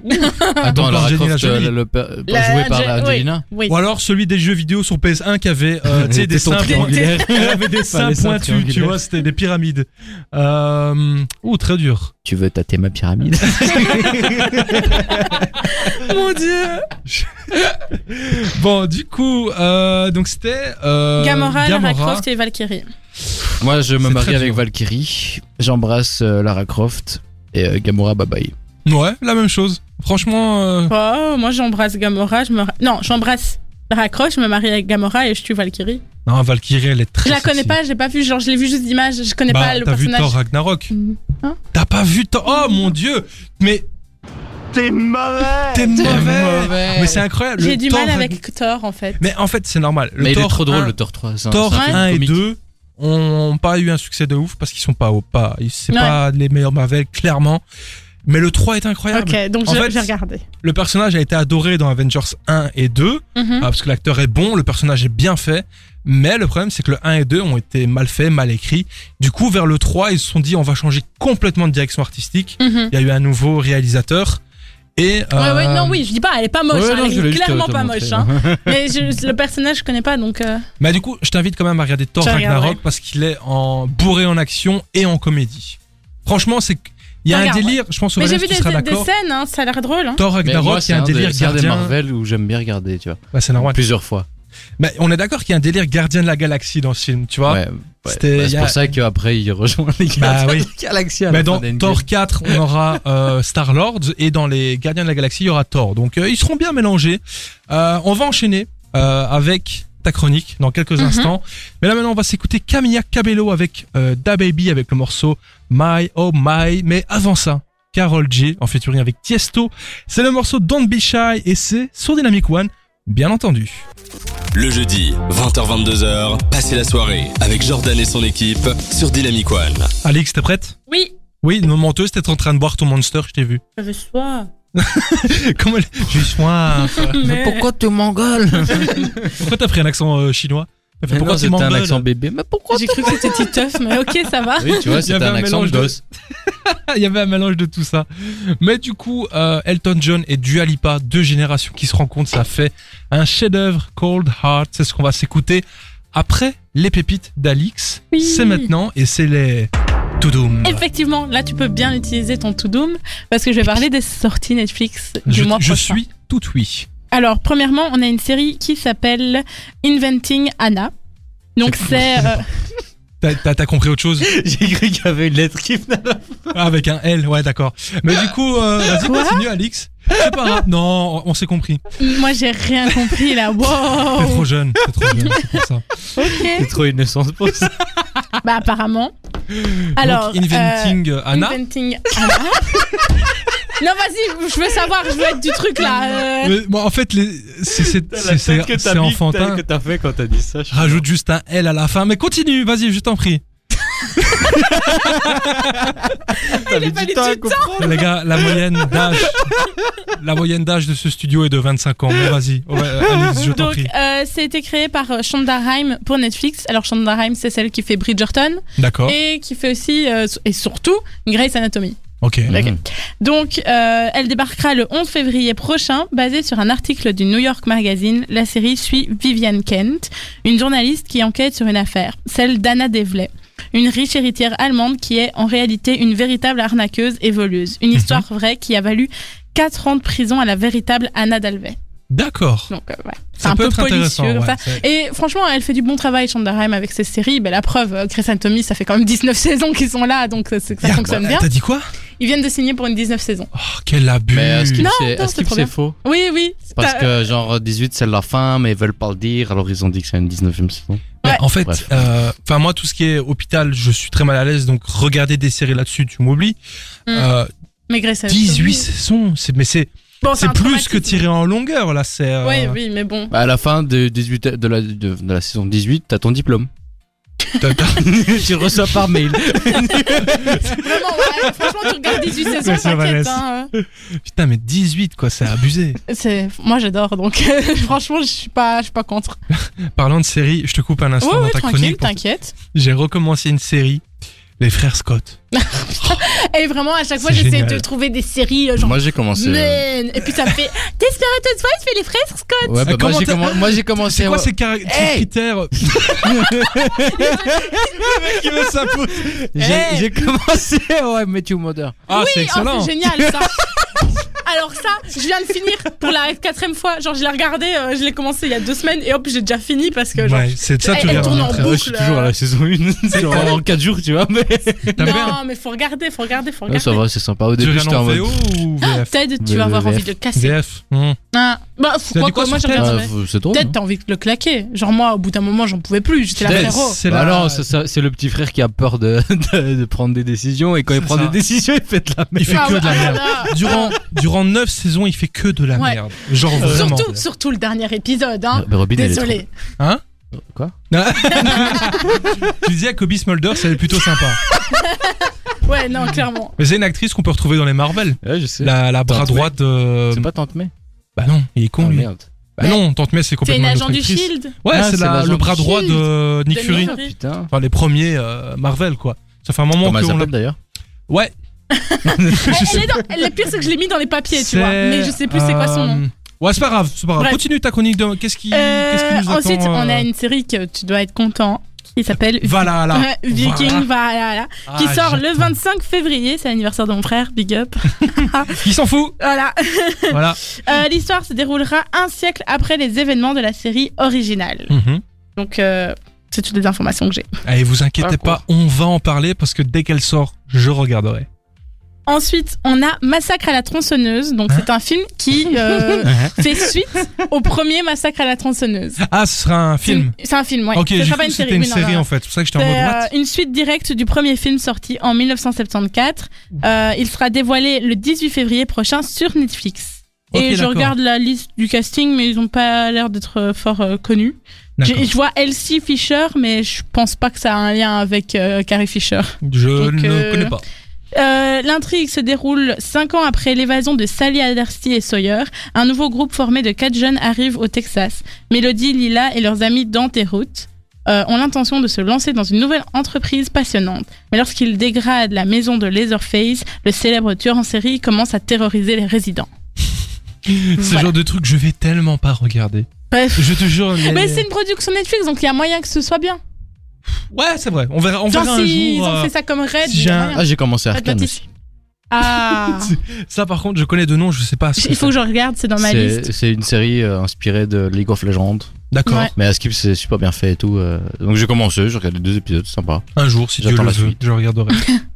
[SPEAKER 4] Attends,
[SPEAKER 2] Donc,
[SPEAKER 4] Lara
[SPEAKER 2] Angelina
[SPEAKER 4] Croft,
[SPEAKER 2] Jolie.
[SPEAKER 4] euh, le pa-
[SPEAKER 3] La-
[SPEAKER 4] jouée par
[SPEAKER 3] Jo-
[SPEAKER 4] Angelina.
[SPEAKER 3] Oui.
[SPEAKER 2] Ou alors celui des jeux vidéo sur PS1 qui avait euh, tu sais, des
[SPEAKER 4] Tétons
[SPEAKER 2] seins
[SPEAKER 4] triangulaires.
[SPEAKER 2] Elle avait des seins
[SPEAKER 4] les seins
[SPEAKER 2] pointus, tu
[SPEAKER 4] triangulaires.
[SPEAKER 2] vois, c'était des pyramides. Euh... Ouh, très dur.
[SPEAKER 4] Tu veux tâter ma pyramide
[SPEAKER 3] Mon dieu.
[SPEAKER 2] Bon, du coup, euh, donc c'était. Euh,
[SPEAKER 3] Gamora, Lara
[SPEAKER 2] Gamora.
[SPEAKER 3] Croft et Valkyrie.
[SPEAKER 4] Moi, je me
[SPEAKER 2] C'est
[SPEAKER 4] marie
[SPEAKER 2] très
[SPEAKER 4] avec
[SPEAKER 2] dur.
[SPEAKER 4] Valkyrie. J'embrasse euh, Lara Croft et euh, Gamora, bye bye.
[SPEAKER 2] Ouais, la même chose. Franchement, euh,
[SPEAKER 3] Oh, moi j'embrasse Gamora, je me... Non, j'embrasse Raccroche, je me marie avec Gamora et je tue Valkyrie.
[SPEAKER 2] non, Valkyrie, elle est très.
[SPEAKER 3] Je la connais
[SPEAKER 2] sexy.
[SPEAKER 3] pas, j'ai pas vu, genre je l'ai vu juste d'image, je connais
[SPEAKER 2] Bah,
[SPEAKER 3] pas le
[SPEAKER 2] t'as vu
[SPEAKER 3] personnage.
[SPEAKER 2] Thor Ragnarok
[SPEAKER 3] Mhm. Hein
[SPEAKER 2] T'as pas vu Thor Oh mon dieu Mais
[SPEAKER 5] T'es mauvais
[SPEAKER 2] t'es
[SPEAKER 4] T'es
[SPEAKER 2] mauvais.
[SPEAKER 4] mauvais.
[SPEAKER 2] Ah, Mais c'est incroyable.
[SPEAKER 3] J'ai
[SPEAKER 2] le
[SPEAKER 3] du
[SPEAKER 2] Thor
[SPEAKER 3] mal
[SPEAKER 2] Ragn-
[SPEAKER 3] avec Thor en fait.
[SPEAKER 2] Mais en fait, c'est normal. Le
[SPEAKER 4] Mais il
[SPEAKER 2] Thor
[SPEAKER 4] est trop drôle,
[SPEAKER 2] 1,
[SPEAKER 4] le Thor 3. c'est un-
[SPEAKER 2] Thor
[SPEAKER 4] c'est un film
[SPEAKER 2] 1 et
[SPEAKER 4] comique.
[SPEAKER 2] 2 ont pas eu un succès de ouf parce qu'ils sont pas au pas. C'est
[SPEAKER 3] Ouais.
[SPEAKER 2] pas les meilleurs Marvel, clairement. Mais le 3 est incroyable.
[SPEAKER 3] Ok, donc
[SPEAKER 2] En
[SPEAKER 3] je-
[SPEAKER 2] fait,
[SPEAKER 3] j'ai regardé.
[SPEAKER 2] Le personnage a été adoré dans Avengers 1 et 2.
[SPEAKER 3] Mhm.
[SPEAKER 2] Ah, parce que l'acteur est bon, le personnage est bien fait, mais le problème c'est que le 1 et 2 ont été mal faits, mal écrits. Du coup, vers le 3, ils se sont dit on va changer complètement de direction artistique.
[SPEAKER 3] Mhm.
[SPEAKER 2] Il y a eu un nouveau réalisateur et
[SPEAKER 3] Ouais,
[SPEAKER 2] euh,
[SPEAKER 3] ouais, non, oui, je dis pas, elle est pas moche,
[SPEAKER 4] Ouais,
[SPEAKER 3] hein,
[SPEAKER 4] non,
[SPEAKER 3] elle
[SPEAKER 4] je voulais
[SPEAKER 3] est
[SPEAKER 4] juste
[SPEAKER 3] clairement
[SPEAKER 4] te
[SPEAKER 3] pas
[SPEAKER 4] montrer.
[SPEAKER 3] moche. hein. Mais je- le personnage, je connais pas, donc. euh,
[SPEAKER 2] Bah du coup, je t'invite quand même à regarder Thor
[SPEAKER 3] Je regarderai.
[SPEAKER 2] Ragnarok parce qu'il est en bourré en action et en comédie. Franchement, c'est que- il y a
[SPEAKER 3] Je
[SPEAKER 2] un
[SPEAKER 3] regarde,
[SPEAKER 2] délire. Je pense que
[SPEAKER 3] Mais j'ai
[SPEAKER 2] Valence,
[SPEAKER 3] vu
[SPEAKER 2] tu
[SPEAKER 3] des,
[SPEAKER 2] seras
[SPEAKER 3] des
[SPEAKER 2] d'accord.
[SPEAKER 3] scènes, hein, ça a l'air drôle. hein.
[SPEAKER 2] Thor
[SPEAKER 4] Mais
[SPEAKER 2] Ragnarok,
[SPEAKER 4] moi,
[SPEAKER 2] il y a un
[SPEAKER 4] des-
[SPEAKER 2] délire
[SPEAKER 4] c'est un des
[SPEAKER 2] gardien.
[SPEAKER 4] Marvel où j'aime bien regarder, tu vois.
[SPEAKER 2] Bah, c'est normal.
[SPEAKER 4] Plusieurs fois.
[SPEAKER 2] Mais on est d'accord qu'il y a un délire gardien de la galaxie dans ce film, tu vois.
[SPEAKER 4] Ouais, ouais. Bah,
[SPEAKER 2] C'était-
[SPEAKER 4] c'est
[SPEAKER 2] y a-
[SPEAKER 4] pour ça qu'après il rejoint les
[SPEAKER 2] Bah
[SPEAKER 4] Gardiens
[SPEAKER 2] oui.
[SPEAKER 4] de la Galaxie. à la
[SPEAKER 2] Mais
[SPEAKER 4] fin
[SPEAKER 2] dans
[SPEAKER 4] d'Endgame.
[SPEAKER 2] Thor 4, on aura euh, Star-Lord et dans les Gardiens de la Galaxie, il y aura Thor. Donc euh, ils seront bien mélangés. Euh, on va enchaîner euh, avec ta chronique dans quelques
[SPEAKER 3] Mhm.
[SPEAKER 2] instants. Mais là maintenant, on va s'écouter Camilla Cabello avec euh, Da Baby avec le morceau My Oh My. Mais avant ça, Carol G en featuring avec Tiesto. C'est le morceau Don't Be Shy et c'est sur Dynamic One, bien entendu.
[SPEAKER 1] Le jeudi, 20h-22h, passez la soirée avec Jordan et son équipe sur Dynamic One.
[SPEAKER 2] Alix, t'es prête
[SPEAKER 3] Oui.
[SPEAKER 2] Oui, non menteuse, t'es en train de boire ton monster, je t'ai vu.
[SPEAKER 3] J'avais soif.
[SPEAKER 2] Comment elle- J'ai soif.
[SPEAKER 3] Mais-
[SPEAKER 4] tu m'engoles
[SPEAKER 2] Pourquoi t'as pris un accent euh, chinois T'as fait,
[SPEAKER 4] Mais
[SPEAKER 2] Pourquoi
[SPEAKER 4] non,
[SPEAKER 2] tu
[SPEAKER 4] c'était un
[SPEAKER 2] m'engueules
[SPEAKER 4] accent bébé. Mais pourquoi
[SPEAKER 3] J'ai cru que c'était Titeuf, mais ok, ça va.
[SPEAKER 4] Oui,
[SPEAKER 2] Il
[SPEAKER 4] tu
[SPEAKER 2] y
[SPEAKER 4] vois, c'était
[SPEAKER 2] avait un
[SPEAKER 4] un accent
[SPEAKER 2] mélange de-
[SPEAKER 4] d'os.
[SPEAKER 2] Ah, Il y avait un mélange de tout ça. Mais du coup, euh, Elton John et Dua Lipa, deux générations qui se rencontrent, ça fait un chef-d'œuvre, Cold Heart. C'est ce qu'on va s'écouter après les pépites d'Alix.
[SPEAKER 3] Oui. Eh ben,
[SPEAKER 2] C'est maintenant et c'est les Toudoum.
[SPEAKER 3] Effectivement, là, tu peux bien utiliser ton to doom parce que je vais parler des sorties Netflix du
[SPEAKER 2] Je,
[SPEAKER 3] mois
[SPEAKER 2] je
[SPEAKER 3] prochain.
[SPEAKER 2] suis tout oui.
[SPEAKER 3] Alors, premièrement, on a une série qui s'appelle Inventing Anna. Donc, c'est. euh,
[SPEAKER 2] T'as- T'as t'as compris autre chose
[SPEAKER 4] J'ai cru qu'il y avait une lettre qui venait là.
[SPEAKER 2] Ah, Avec un L, ouais, d'accord. Mais du coup, euh, vas-y,
[SPEAKER 3] Quoi
[SPEAKER 2] continue, Alix. C'est pas grave. Non, on s'est compris.
[SPEAKER 3] moi, j'ai rien compris là.
[SPEAKER 2] T'es trop
[SPEAKER 3] Wow!
[SPEAKER 2] jeune. T'es trop jeune, c'est pour ça.
[SPEAKER 3] Ok.
[SPEAKER 4] trop innocent pour ça.
[SPEAKER 3] Bah, apparemment. Alors.
[SPEAKER 2] Donc,
[SPEAKER 3] euh,
[SPEAKER 2] Inventing euh, Anna.
[SPEAKER 3] Inventing Anna. non, vas-y, je veux savoir, je veux être du truc là. euh.
[SPEAKER 2] Mais, bon, en fait, les- c'est- c'est c'est- c'est- c'est enfantin.
[SPEAKER 4] que t'as fait quand t'as dit ça.
[SPEAKER 2] Rajoute juste un L à la fin, mais continue, vas-y, je t'en prie.
[SPEAKER 4] T'avais
[SPEAKER 3] fallu du temps.
[SPEAKER 2] Les gars, la moyenne d'âge, la moyenne d'âge de ce studio est de 25 ans. Mais vas-y, ouais, Alex, je t'en
[SPEAKER 3] Donc,
[SPEAKER 2] prie.
[SPEAKER 3] euh, ça a été créé par euh, Shonda Rhimes pour Netflix. Alors, Shonda Rhimes, c'est celle qui fait Bridgerton
[SPEAKER 2] D'accord.
[SPEAKER 3] et qui fait aussi, euh, et surtout, Grey's Anatomy.
[SPEAKER 2] Ok.
[SPEAKER 3] Ok. Donc, euh, elle débarquera le 11 février prochain, basée sur un article du New York Magazine. La série suit Vivian Kent, une journaliste qui enquête sur une affaire, celle d'Anna Devlay, une riche héritière allemande qui est en réalité une véritable arnaqueuse et voleuse. Une
[SPEAKER 2] Mhm.
[SPEAKER 3] histoire vraie qui a valu 4 ans de prison à la véritable Anna Dalvey.
[SPEAKER 2] D'accord.
[SPEAKER 3] Donc, euh, ouais. C'est
[SPEAKER 2] Ça
[SPEAKER 3] un
[SPEAKER 2] peut
[SPEAKER 3] peu
[SPEAKER 2] être intéressant.
[SPEAKER 3] policieux comme
[SPEAKER 2] ouais,
[SPEAKER 3] ça.
[SPEAKER 2] c'est-
[SPEAKER 3] Et franchement, elle fait du bon travail, Shonda Rhimes, avec ses séries. Ben, la preuve, euh, Grey's Anatomy, ça fait quand même 19 saisons qu'ils sont là, donc euh, c'est que ça
[SPEAKER 2] Merde,
[SPEAKER 3] fonctionne bien.
[SPEAKER 2] T'as dit quoi
[SPEAKER 3] Ils viennent de signer pour une 19 saison.
[SPEAKER 2] Oh, Quel abus.
[SPEAKER 4] Mais euh, Skip,
[SPEAKER 3] Non, non,
[SPEAKER 4] c'est-
[SPEAKER 3] c'est
[SPEAKER 4] Skip,
[SPEAKER 3] trop
[SPEAKER 4] c'est
[SPEAKER 3] bien.
[SPEAKER 4] faux.
[SPEAKER 3] Oui, oui.
[SPEAKER 4] Parce
[SPEAKER 3] T'as-
[SPEAKER 4] que genre 18 c'est la fin, mais ils veulent pas le dire, alors ils ont dit que c'est une 19ème saison.
[SPEAKER 2] Mais
[SPEAKER 3] ouais.
[SPEAKER 2] En fait,
[SPEAKER 4] Bref.
[SPEAKER 2] euh, enfin moi tout ce qui est hôpital, je suis très mal à l'aise, donc regarder des séries là-dessus, tu m'oublies.
[SPEAKER 3] Mm.
[SPEAKER 2] Euh,
[SPEAKER 3] Mais Grey's Anatomy.
[SPEAKER 2] 18 saisons, c'est mais c'est
[SPEAKER 3] Bon,
[SPEAKER 2] c'est
[SPEAKER 3] un
[SPEAKER 2] plus
[SPEAKER 3] traumatisme.
[SPEAKER 2] que tiré en longueur là, c'est. euh,
[SPEAKER 3] Oui, oui, mais bon.
[SPEAKER 4] À la fin de, 18, de, la, de, de la saison 18, t'as ton diplôme.
[SPEAKER 2] t'as- t'as-
[SPEAKER 4] tu le reçois par mail.
[SPEAKER 3] Vraiment, ouais, franchement, tu regardes 18 saisons,
[SPEAKER 2] Merci,
[SPEAKER 3] t'inquiète.
[SPEAKER 2] Vanessa.
[SPEAKER 3] Hein.
[SPEAKER 2] Putain mais 18 quoi, c'est abusé.
[SPEAKER 3] C'est- Moi, j'adore, donc franchement, je suis pas, je suis pas contre.
[SPEAKER 2] Parlant de série, je te coupe un
[SPEAKER 3] Oui,
[SPEAKER 2] instant dans
[SPEAKER 3] oui,
[SPEAKER 2] ta
[SPEAKER 3] tranquille,
[SPEAKER 2] chronique. pour-
[SPEAKER 3] t'inquiète.
[SPEAKER 2] J'ai recommencé une série, Les Frères Scott.
[SPEAKER 3] Et vraiment, à chaque fois,
[SPEAKER 2] C'est
[SPEAKER 3] j'essaie
[SPEAKER 2] génial.
[SPEAKER 3] de trouver des séries euh, genre.
[SPEAKER 4] Moi j'ai commencé. euh,
[SPEAKER 3] Man. Et puis ça me fait Desperate Housewives fait les frères Scott.
[SPEAKER 4] Ouais, bah, moi
[SPEAKER 2] Comment
[SPEAKER 4] j'ai
[SPEAKER 2] t'as-
[SPEAKER 4] commen- moi, j'ai commencé.
[SPEAKER 2] C'est quoi
[SPEAKER 4] ouais.
[SPEAKER 2] ces, cari- ces
[SPEAKER 4] Hey
[SPEAKER 2] critères euh, qui veut s'imposer
[SPEAKER 4] J'ai j'ai commencé. Ouais, Matthew Mother.
[SPEAKER 2] Ah, c'est
[SPEAKER 3] Oui, oh,
[SPEAKER 2] excellent
[SPEAKER 3] c'est génial ça. Alors ça, je viens de finir pour la quatrième fois. Genre, je l'ai regardé, euh, je l'ai commencé il y a deux semaines et hop, j'ai déjà fini parce que genre,
[SPEAKER 2] Ouais, c'est ça, tu
[SPEAKER 3] Elle
[SPEAKER 2] regardes
[SPEAKER 3] tourne en
[SPEAKER 2] après.
[SPEAKER 3] boucle.
[SPEAKER 4] je suis toujours à la saison 1. Genre en 4 jours, tu vois. Mais...
[SPEAKER 2] T'aimes bien
[SPEAKER 3] non, mais faut regarder, faut regarder, faut
[SPEAKER 4] Ouais,
[SPEAKER 3] regarder.
[SPEAKER 4] ça va, c'est sympa. Au
[SPEAKER 2] Tu
[SPEAKER 4] début,
[SPEAKER 2] regardes
[SPEAKER 4] j'étais en
[SPEAKER 2] en
[SPEAKER 4] mode.
[SPEAKER 2] VO ou VOD VVF.
[SPEAKER 3] Ah, Ted, tu vas avoir
[SPEAKER 4] VVF.
[SPEAKER 3] envie de le casser.
[SPEAKER 2] VF. hmm.
[SPEAKER 3] Ah, bah, faut-
[SPEAKER 2] T'as
[SPEAKER 3] quoi
[SPEAKER 2] dit quoi
[SPEAKER 3] que moi, je
[SPEAKER 2] sur Ted
[SPEAKER 3] regarde.
[SPEAKER 4] Ah, vous- C'est drôle.
[SPEAKER 3] Ted,
[SPEAKER 4] non
[SPEAKER 3] t'as envie de le claquer. Genre, moi, au bout d'un moment, j'en pouvais plus. J'étais la
[SPEAKER 4] Ted,
[SPEAKER 3] frérot.
[SPEAKER 2] c'est
[SPEAKER 4] Bah
[SPEAKER 2] la-
[SPEAKER 4] non, ça- ça- c'est le petit frère qui a peur de, de, de prendre des décisions et quand il
[SPEAKER 2] C'est
[SPEAKER 4] prend
[SPEAKER 2] ça.
[SPEAKER 4] des décisions, il fait de la merde.
[SPEAKER 2] Il fait
[SPEAKER 3] Ah
[SPEAKER 2] que
[SPEAKER 3] ouais,
[SPEAKER 2] de la
[SPEAKER 3] ah
[SPEAKER 2] merde.
[SPEAKER 3] là là.
[SPEAKER 2] Durant, durant 9 saisons, il fait que de la
[SPEAKER 3] Ouais.
[SPEAKER 2] merde. Genre vraiment.
[SPEAKER 3] Surtout, surtout le dernier épisode, hein.
[SPEAKER 4] Mais Robin, elle est
[SPEAKER 3] Désolé.
[SPEAKER 2] Hein
[SPEAKER 4] trop- Quoi
[SPEAKER 2] Tu disais à Kobe Smolder, c'est plutôt sympa.
[SPEAKER 3] Ouais, non, clairement.
[SPEAKER 2] Mais c'est une actrice qu'on peut retrouver dans les Marvel.
[SPEAKER 4] Ouais, je sais.
[SPEAKER 2] La, la bras
[SPEAKER 4] Tante May.
[SPEAKER 2] droite. euh,
[SPEAKER 4] C'est pas Tante May
[SPEAKER 2] Bah non, il est con
[SPEAKER 4] Ah,
[SPEAKER 2] lui.
[SPEAKER 4] merde.
[SPEAKER 2] Bah non, Tante May, c'est
[SPEAKER 3] C'est
[SPEAKER 2] complètement
[SPEAKER 3] une
[SPEAKER 2] autre
[SPEAKER 3] agent du
[SPEAKER 2] actrice.
[SPEAKER 3] Shield.
[SPEAKER 2] Ouais,
[SPEAKER 4] Ah,
[SPEAKER 2] c'est
[SPEAKER 4] c'est
[SPEAKER 2] la-
[SPEAKER 4] l'agent
[SPEAKER 2] le
[SPEAKER 4] du
[SPEAKER 2] bras droit
[SPEAKER 3] Shield.
[SPEAKER 2] de Nick
[SPEAKER 3] De
[SPEAKER 2] Fury.
[SPEAKER 3] Nick
[SPEAKER 4] Ah, putain.
[SPEAKER 2] Enfin, les premiers euh, Marvel, quoi. Ça fait un moment
[SPEAKER 4] Comment elle
[SPEAKER 2] qu'on l'a.
[SPEAKER 4] s'appelle d'ailleurs
[SPEAKER 2] Ouais.
[SPEAKER 3] Elle, elle est dans- elle- le pire, c'est que je l'ai mis dans les papiers, tu vois. Mais je sais plus c'est quoi son nom.
[SPEAKER 2] euh, Ouais, c'est pas grave, c'est pas grave.
[SPEAKER 3] Bref.
[SPEAKER 2] Continue ta chronique de. Qu'est-ce qui,
[SPEAKER 3] Euh,
[SPEAKER 2] qu'est-ce qui nous attend
[SPEAKER 3] ensuite, on a
[SPEAKER 2] euh,
[SPEAKER 3] une série que tu dois être content qui s'appelle
[SPEAKER 2] Valhalla.
[SPEAKER 3] Ouais, Viking Valhalla qui
[SPEAKER 2] Ah,
[SPEAKER 3] sort le
[SPEAKER 2] j'attends.
[SPEAKER 3] 25 février. C'est l'anniversaire de mon frère, big up.
[SPEAKER 2] Il s'en fout.
[SPEAKER 3] Voilà.
[SPEAKER 2] Voilà.
[SPEAKER 3] Euh, L'histoire se déroulera un siècle après les événements de la série originale.
[SPEAKER 2] Mhm.
[SPEAKER 3] Donc, euh, c'est toutes les informations que j'ai.
[SPEAKER 2] Allez, vous inquiétez
[SPEAKER 4] Ah, quoi.
[SPEAKER 2] pas, on va en parler parce que dès qu'elle sort, je regarderai.
[SPEAKER 3] Ensuite, on a Massacre à la tronçonneuse. Donc,
[SPEAKER 2] Hein
[SPEAKER 3] c'est un film qui euh, fait suite au premier Massacre à la tronçonneuse.
[SPEAKER 2] Ah, ce sera un film.
[SPEAKER 3] C'est un film, ouais.
[SPEAKER 2] Ok,
[SPEAKER 3] Ce
[SPEAKER 2] j'ai
[SPEAKER 3] sera
[SPEAKER 2] cru
[SPEAKER 3] pas
[SPEAKER 2] que
[SPEAKER 3] une
[SPEAKER 2] c'était
[SPEAKER 3] série.
[SPEAKER 2] une
[SPEAKER 3] oui, non,
[SPEAKER 2] série
[SPEAKER 3] non, non.
[SPEAKER 2] en fait. C'est pour ça que j'étais en
[SPEAKER 3] C'est
[SPEAKER 2] mode
[SPEAKER 3] euh,
[SPEAKER 2] what
[SPEAKER 3] une suite directe du premier film sorti en 1974. Euh, il sera dévoilé le 18 février prochain sur Netflix.
[SPEAKER 2] Ok,
[SPEAKER 3] Et je
[SPEAKER 2] d'accord.
[SPEAKER 3] regarde la liste du casting, mais ils n'ont pas l'air d'être euh, fort euh, connus.
[SPEAKER 2] D'accord.
[SPEAKER 3] J'ai- Je vois Elsie Fisher, mais je pense pas que ça a un lien avec euh, Carrie Fisher.
[SPEAKER 2] Je
[SPEAKER 3] donc,
[SPEAKER 2] ne
[SPEAKER 3] euh,
[SPEAKER 2] connais pas.
[SPEAKER 3] Euh, L'intrigue se déroule cinq ans après l'évasion de Sally Adersti et Sawyer. Un nouveau groupe formé de quatre jeunes arrive au Texas. Mélodie, Lila et leurs amis Dante et Ruth euh, ont l'intention de se lancer dans une nouvelle entreprise passionnante. Mais lorsqu'ils dégradent la maison de Leatherface, le célèbre tueur en série commence à terroriser les résidents.
[SPEAKER 2] C'est le
[SPEAKER 3] Voilà.
[SPEAKER 2] genre de truc que je vais tellement pas regarder.
[SPEAKER 3] Bref.
[SPEAKER 2] Je te jure. les-
[SPEAKER 3] Mais c'est une production Netflix, donc il y a moyen que ce soit bien.
[SPEAKER 2] Ouais, c'est vrai. On verra, on
[SPEAKER 3] Genre,
[SPEAKER 2] verra un
[SPEAKER 3] si ils
[SPEAKER 2] jour.
[SPEAKER 3] ont
[SPEAKER 2] euh,
[SPEAKER 3] fait ça comme Red,
[SPEAKER 2] si
[SPEAKER 3] il y a
[SPEAKER 2] j'ai un-
[SPEAKER 3] moyen.
[SPEAKER 4] Ah, j'ai commencé à
[SPEAKER 3] Red
[SPEAKER 4] Arcane
[SPEAKER 3] Notice.
[SPEAKER 4] aussi.
[SPEAKER 3] Ah,
[SPEAKER 2] Ça, par contre, je connais de nom, je sais pas. ce
[SPEAKER 3] il faut
[SPEAKER 2] c'est.
[SPEAKER 3] que je regarde, c'est dans ma
[SPEAKER 4] C'est-
[SPEAKER 3] liste.
[SPEAKER 4] C'est une série euh, inspirée de League of Legends.
[SPEAKER 2] D'accord.
[SPEAKER 3] Ouais.
[SPEAKER 4] Mais à Skip, c'est super bien fait et tout. euh, Donc j'ai commencé, j'ai regardé deux épisodes, c'est sympa.
[SPEAKER 2] Un jour, si Dieu
[SPEAKER 4] J'attends
[SPEAKER 2] le
[SPEAKER 4] la
[SPEAKER 2] veut,
[SPEAKER 4] suite.
[SPEAKER 2] je regarderai.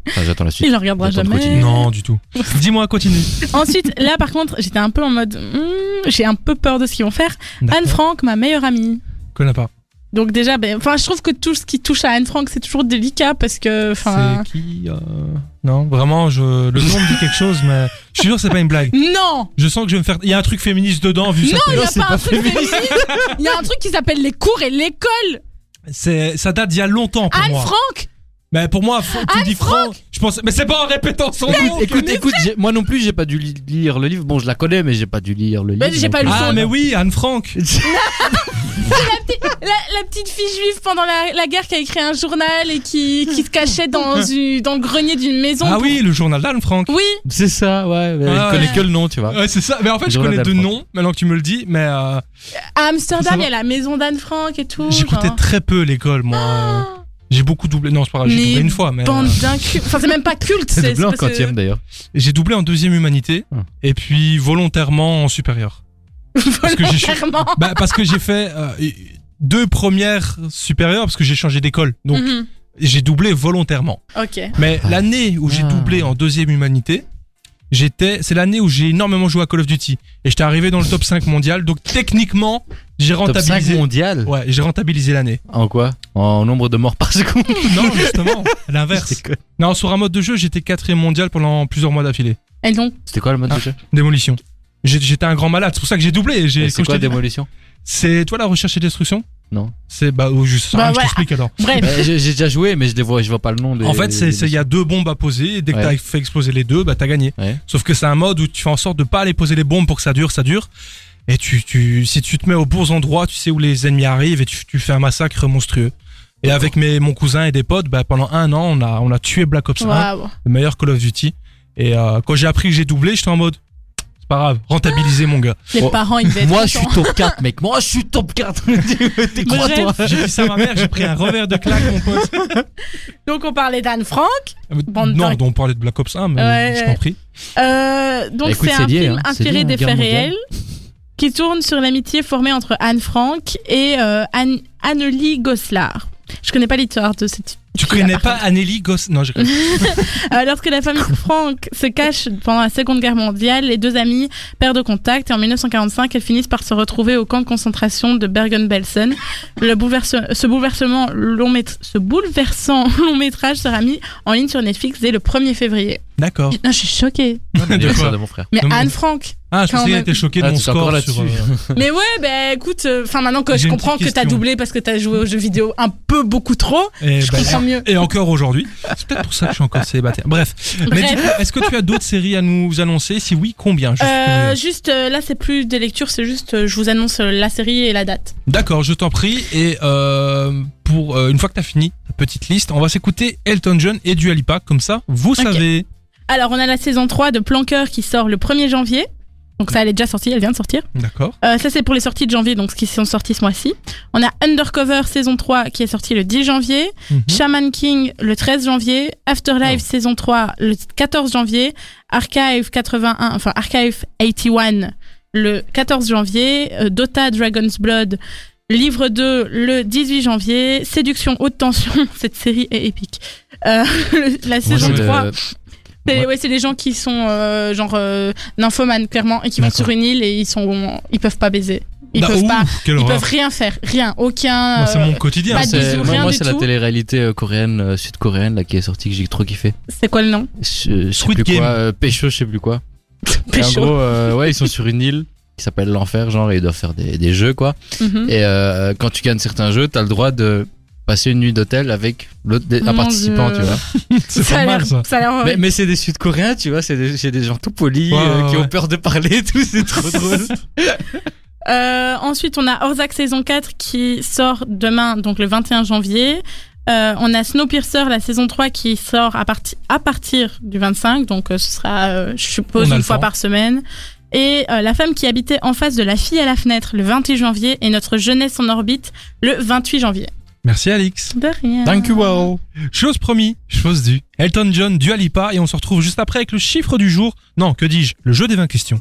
[SPEAKER 4] Enfin, j'attends la suite.
[SPEAKER 3] Il ne regardera
[SPEAKER 4] Attends de
[SPEAKER 3] jamais.
[SPEAKER 4] continuer.
[SPEAKER 2] non, du tout. Dis-moi, continue.
[SPEAKER 3] Ensuite, là par contre, j'étais un peu en mode, hmm, j'ai un peu peur de ce qu'ils vont faire. Anne
[SPEAKER 2] D'accord.
[SPEAKER 3] Frank, ma meilleure amie.
[SPEAKER 2] Connais pas.
[SPEAKER 3] Donc déjà, ben, enfin, je trouve que tout ce qui touche à Anne Frank, c'est toujours délicat parce que, enfin,
[SPEAKER 2] C'est qui euh, Non, vraiment, je... le nom me dit quelque chose, mais je suis sûr que c'est pas une blague.
[SPEAKER 3] non,
[SPEAKER 2] Je sens que je vais me faire. Il y a un truc féministe dedans, vu ça.
[SPEAKER 3] il n'y a pas, un truc féministe. Il y a un truc qui s'appelle les cours et l'école.
[SPEAKER 2] C'est... Ça date d'il y a longtemps pour
[SPEAKER 3] Anne
[SPEAKER 2] moi.
[SPEAKER 3] Frank,
[SPEAKER 2] Mais pour moi, Fran- tu dis Franck. Je pense. Mais c'est pas en répétant son nom. que-
[SPEAKER 4] Écoute, écoute, j'ai- moi non plus, j'ai pas dû li- lire le livre. Bon, je la connais, mais j'ai pas dû lire le livre.
[SPEAKER 3] Bah, j'ai
[SPEAKER 4] donc,
[SPEAKER 3] pas lu
[SPEAKER 4] euh,
[SPEAKER 2] Ah, mais oui, Anne Franck.
[SPEAKER 3] la, la petite fille juive pendant la, la guerre qui a écrit un journal et qui, qui se cachait dans, une- dans le grenier d'une maison.
[SPEAKER 2] Ah
[SPEAKER 3] pour-
[SPEAKER 2] oui, le journal d'Anne Franck.
[SPEAKER 3] Oui,
[SPEAKER 4] C'est ça, ouais. mais
[SPEAKER 2] Ah,
[SPEAKER 4] je connais
[SPEAKER 3] ouais.
[SPEAKER 4] que le nom, tu vois.
[SPEAKER 2] Ouais, c'est ça. Mais en fait, je
[SPEAKER 4] Journal
[SPEAKER 2] connais deux
[SPEAKER 4] d'Anne Frank.
[SPEAKER 2] noms maintenant que tu me le dis, mais euh,
[SPEAKER 3] à
[SPEAKER 2] Faut
[SPEAKER 3] Amsterdam,
[SPEAKER 2] savoir-
[SPEAKER 3] il y a la maison d'Anne Frank et tout.
[SPEAKER 2] j'écoutais
[SPEAKER 3] genre.
[SPEAKER 2] très peu l'école, moi. J'ai beaucoup doublé. Non, c'est pas grave, j'ai
[SPEAKER 3] Mais
[SPEAKER 2] doublé une fois, mais.
[SPEAKER 3] Bande
[SPEAKER 2] euh,
[SPEAKER 3] d'incultes. Enfin, c'est même pas culte.
[SPEAKER 4] C'est doublé en
[SPEAKER 3] parce que-
[SPEAKER 4] quantième d'ailleurs.
[SPEAKER 2] J'ai doublé en deuxième humanité
[SPEAKER 4] Ah.
[SPEAKER 2] et puis volontairement en supérieur. Parce que j'ai cho-
[SPEAKER 3] Volontairement.
[SPEAKER 2] bah, parce que j'ai fait euh, deux premières supérieures parce que j'ai changé d'école. Donc
[SPEAKER 3] Mhm.
[SPEAKER 2] j'ai doublé volontairement.
[SPEAKER 3] Ok.
[SPEAKER 2] Mais l'année où j'ai
[SPEAKER 4] Ah.
[SPEAKER 2] doublé en deuxième humanité, j'étais c'est l'année où j'ai énormément joué à Call of Duty et j'étais arrivé dans le top 5 mondial. Donc techniquement, j'ai
[SPEAKER 4] Top 5
[SPEAKER 2] rentabilisé
[SPEAKER 4] mondial.
[SPEAKER 2] Ouais, j'ai rentabilisé l'année.
[SPEAKER 4] En quoi En nombre de morts par seconde.
[SPEAKER 2] Non, justement,
[SPEAKER 4] Je
[SPEAKER 2] l'inverse.
[SPEAKER 4] déconne.
[SPEAKER 2] Non, sur un mode de jeu, j'étais quatrième mondial pendant plusieurs mois d'affilée.
[SPEAKER 3] Et donc,
[SPEAKER 4] C'était quoi le mode
[SPEAKER 2] Ah.
[SPEAKER 4] de jeu
[SPEAKER 2] Démolition. J'ai- J'étais un grand malade, c'est pour ça que j'ai doublé. J'ai
[SPEAKER 4] Et C'est
[SPEAKER 2] comme je
[SPEAKER 4] quoi
[SPEAKER 2] t'ai dit-
[SPEAKER 4] démolition
[SPEAKER 2] C'est toi la recherche et destruction
[SPEAKER 4] Non.
[SPEAKER 2] C'est bah ou juste
[SPEAKER 3] Bah
[SPEAKER 2] rien,
[SPEAKER 3] voilà.
[SPEAKER 2] je t'explique alors.
[SPEAKER 3] bref.
[SPEAKER 4] Euh, J'ai j'ai déjà joué, mais je les vois, je vois pas le nom. des-
[SPEAKER 2] En fait, c'est c'est- il y a deux bombes à poser et dès que
[SPEAKER 4] Ouais.
[SPEAKER 2] t'as fait exploser les deux, bah t'as gagné.
[SPEAKER 4] Ouais.
[SPEAKER 2] Sauf que c'est un mode où tu fais en sorte de pas aller poser les bombes pour que ça dure, ça dure. Et tu, tu si tu te mets aux bons endroits, tu sais où les ennemis arrivent et tu, tu fais un massacre monstrueux. Et avec mes mon cousin et des potes, bah pendant un an, on a on a tué Black Ops 1,
[SPEAKER 3] Waouh.
[SPEAKER 2] le meilleur Call of Duty. Et euh, quand j'ai appris que j'ai doublé, j'étais en mode c'est pas grave, rentabiliser mon gars.
[SPEAKER 3] Les
[SPEAKER 4] Oh.
[SPEAKER 3] parents, ils devaient être
[SPEAKER 4] Moi, je suis
[SPEAKER 3] contents.
[SPEAKER 4] top 4, mec. Moi, je suis top 4. T'es quoi,
[SPEAKER 3] Bref.
[SPEAKER 4] toi
[SPEAKER 2] J'ai dit ça à ma mère, j'ai pris un revers de claque mon pote.
[SPEAKER 3] Donc, on parlait d'Anne Frank.
[SPEAKER 2] Ah, mais
[SPEAKER 3] Bande
[SPEAKER 2] non,
[SPEAKER 3] dingue.
[SPEAKER 2] on parlait de Black Ops 1, mais
[SPEAKER 3] Ouais,
[SPEAKER 2] je
[SPEAKER 3] ouais.
[SPEAKER 2] t'en prie.
[SPEAKER 3] Euh, donc,
[SPEAKER 4] Écoute,
[SPEAKER 3] c'est
[SPEAKER 4] c'est
[SPEAKER 3] un
[SPEAKER 4] lié,
[SPEAKER 3] film
[SPEAKER 4] hein, c'est
[SPEAKER 3] inspiré
[SPEAKER 4] lié, hein,
[SPEAKER 3] des
[SPEAKER 4] guerre
[SPEAKER 3] faits
[SPEAKER 4] mondiale.
[SPEAKER 3] réels qui tourne sur l'amitié formée entre Anne Frank et euh, Anne- Annelie Goslar. Je connais pas l'histoire de cette
[SPEAKER 2] Tu
[SPEAKER 3] qui l'a
[SPEAKER 2] connais
[SPEAKER 3] par
[SPEAKER 2] pas Anneli Goss Non, je connais.
[SPEAKER 3] Euh, lorsque la famille Frank se cache pendant la Seconde Guerre mondiale, les deux amies perdent contact et en 1945, elles finissent par se retrouver au camp de concentration de Bergen-Belsen. Le bouleverse, ce, bouleversement long mét- ce bouleversant long métrage sera mis en ligne sur Netflix dès le 1er février.
[SPEAKER 2] D'accord.
[SPEAKER 3] Non, je suis choquée.
[SPEAKER 2] quoi
[SPEAKER 6] L'anniversaire de mon frère.
[SPEAKER 3] Mais
[SPEAKER 2] Non, mais-
[SPEAKER 3] Anne Frank.
[SPEAKER 2] Ah, je
[SPEAKER 3] Quand
[SPEAKER 2] pensais qu'elle
[SPEAKER 3] même.
[SPEAKER 2] était choquée de
[SPEAKER 6] Ah,
[SPEAKER 2] mon
[SPEAKER 6] t'es encore
[SPEAKER 2] score sur.
[SPEAKER 6] là-dessus.
[SPEAKER 2] euh,
[SPEAKER 3] Mais ouais, bah écoute, enfin maintenant que
[SPEAKER 2] J'ai
[SPEAKER 3] je
[SPEAKER 2] une
[SPEAKER 3] comprends que
[SPEAKER 2] petite
[SPEAKER 3] t'as
[SPEAKER 2] question.
[SPEAKER 3] doublé parce que t'as joué aux jeux vidéo un peu beaucoup trop,
[SPEAKER 2] eh
[SPEAKER 3] je
[SPEAKER 2] ben,
[SPEAKER 3] comprends mieux.
[SPEAKER 2] Et encore aujourd'hui. C'est peut-être pour ça que je suis encore célibataire. Bref. Mais
[SPEAKER 3] Bref.
[SPEAKER 2] dis-moi, est-ce que tu as d'autres séries à nous annoncer Si oui, combien Juste
[SPEAKER 3] Euh,
[SPEAKER 2] curieux.
[SPEAKER 3] juste euh, là, c'est plus des lectures, c'est juste euh, je vous annonce euh, la série et la date.
[SPEAKER 2] D'accord, je t'en prie. Et euh, pour euh, une fois que t'as fini ta petite liste, on va s'écouter Elton John et Dua Lipa. Comme ça, vous savez.
[SPEAKER 3] Alors, on a la saison 3 de Planqueur qui sort le 1er janvier. Donc ça, elle est déjà sortie, elle vient de sortir.
[SPEAKER 2] D'accord.
[SPEAKER 3] Euh, ça, c'est pour les sorties de janvier, donc ce qui sont sortis ce mois-ci. On a Undercover saison 3 qui est sorti le 10 janvier,
[SPEAKER 2] Mhm.
[SPEAKER 3] Shaman King le 13 janvier, Afterlife saison 3 le 14 janvier, Archive 81, enfin Archive 81 le 14 janvier, euh, Dota Dragon's Blood livre 2 le 18 janvier, Séduction haute tension, cette série est épique. Euh, la saison
[SPEAKER 4] j'ai le-
[SPEAKER 3] 3 c'est
[SPEAKER 4] Ouais.
[SPEAKER 3] ouais, c'est les gens qui sont euh, genre euh, nymphomanes clairement et qui vont
[SPEAKER 2] D'accord.
[SPEAKER 3] sur une île et ils sont ils peuvent pas baiser. Ils
[SPEAKER 2] Bah,
[SPEAKER 3] peuvent
[SPEAKER 2] ouh,
[SPEAKER 3] pas,
[SPEAKER 2] quelle
[SPEAKER 3] ils
[SPEAKER 2] horreur.
[SPEAKER 3] peuvent rien faire, rien, aucun
[SPEAKER 2] Moi, c'est
[SPEAKER 3] euh,
[SPEAKER 2] mon quotidien.
[SPEAKER 3] pas de
[SPEAKER 2] ça.
[SPEAKER 4] C'est-
[SPEAKER 3] bisous,
[SPEAKER 4] moi,
[SPEAKER 3] rien
[SPEAKER 4] moi,
[SPEAKER 3] du
[SPEAKER 4] c'est la
[SPEAKER 3] tout.
[SPEAKER 4] télé-réalité euh, coréenne, euh, sud-coréenne, là, qui est sortie, que j'ai trop kiffé.
[SPEAKER 3] c'est quoi le nom
[SPEAKER 4] Je, je sais
[SPEAKER 2] Squid
[SPEAKER 4] plus
[SPEAKER 2] Game.
[SPEAKER 4] quoi, euh, Pécho, je sais plus quoi. Et
[SPEAKER 3] Pécho.
[SPEAKER 4] En gros, euh, ouais, ils sont sur une île qui s'appelle l'enfer, genre, et ils doivent faire des, des jeux, quoi.
[SPEAKER 3] Mhm.
[SPEAKER 4] Et euh, quand tu gagnes certains jeux, t'as le droit de passer une nuit d'hôtel avec l'autre, des- un
[SPEAKER 3] Mon
[SPEAKER 4] participant,
[SPEAKER 3] Dieu.
[SPEAKER 4] tu vois.
[SPEAKER 2] C'est
[SPEAKER 3] Ça a
[SPEAKER 2] pas mal
[SPEAKER 3] l'air-
[SPEAKER 2] ça.
[SPEAKER 3] ça a l'air-
[SPEAKER 4] Mais, mais c'est des Sud-Coréens, tu vois, c'est des, c'est des gens tout polis,
[SPEAKER 2] Ouais,
[SPEAKER 4] euh,
[SPEAKER 2] ouais,
[SPEAKER 4] qui
[SPEAKER 2] ouais.
[SPEAKER 4] ont peur de parler et tout, c'est trop drôle.
[SPEAKER 3] Euh, ensuite, on a Orzac saison 4 qui sort demain, donc le 21 janvier. Euh, on a Snowpiercer, la saison 3 qui sort à, parti- à partir du 25, donc euh, ce sera, euh, je suppose,
[SPEAKER 2] On a
[SPEAKER 3] une
[SPEAKER 2] le
[SPEAKER 3] fois
[SPEAKER 2] temps.
[SPEAKER 3] par semaine. Et euh, La femme qui habitait en face de La fille à la fenêtre le 28 janvier et Notre jeunesse en orbite le 28 janvier.
[SPEAKER 2] Merci Alix.
[SPEAKER 3] De rien.
[SPEAKER 4] Thank you, wow.
[SPEAKER 2] Chose promis, chose due. Elton John, Dua Lipa et on se retrouve juste après avec le chiffre du jour. Non, que dis-je Le jeu des 20 questions.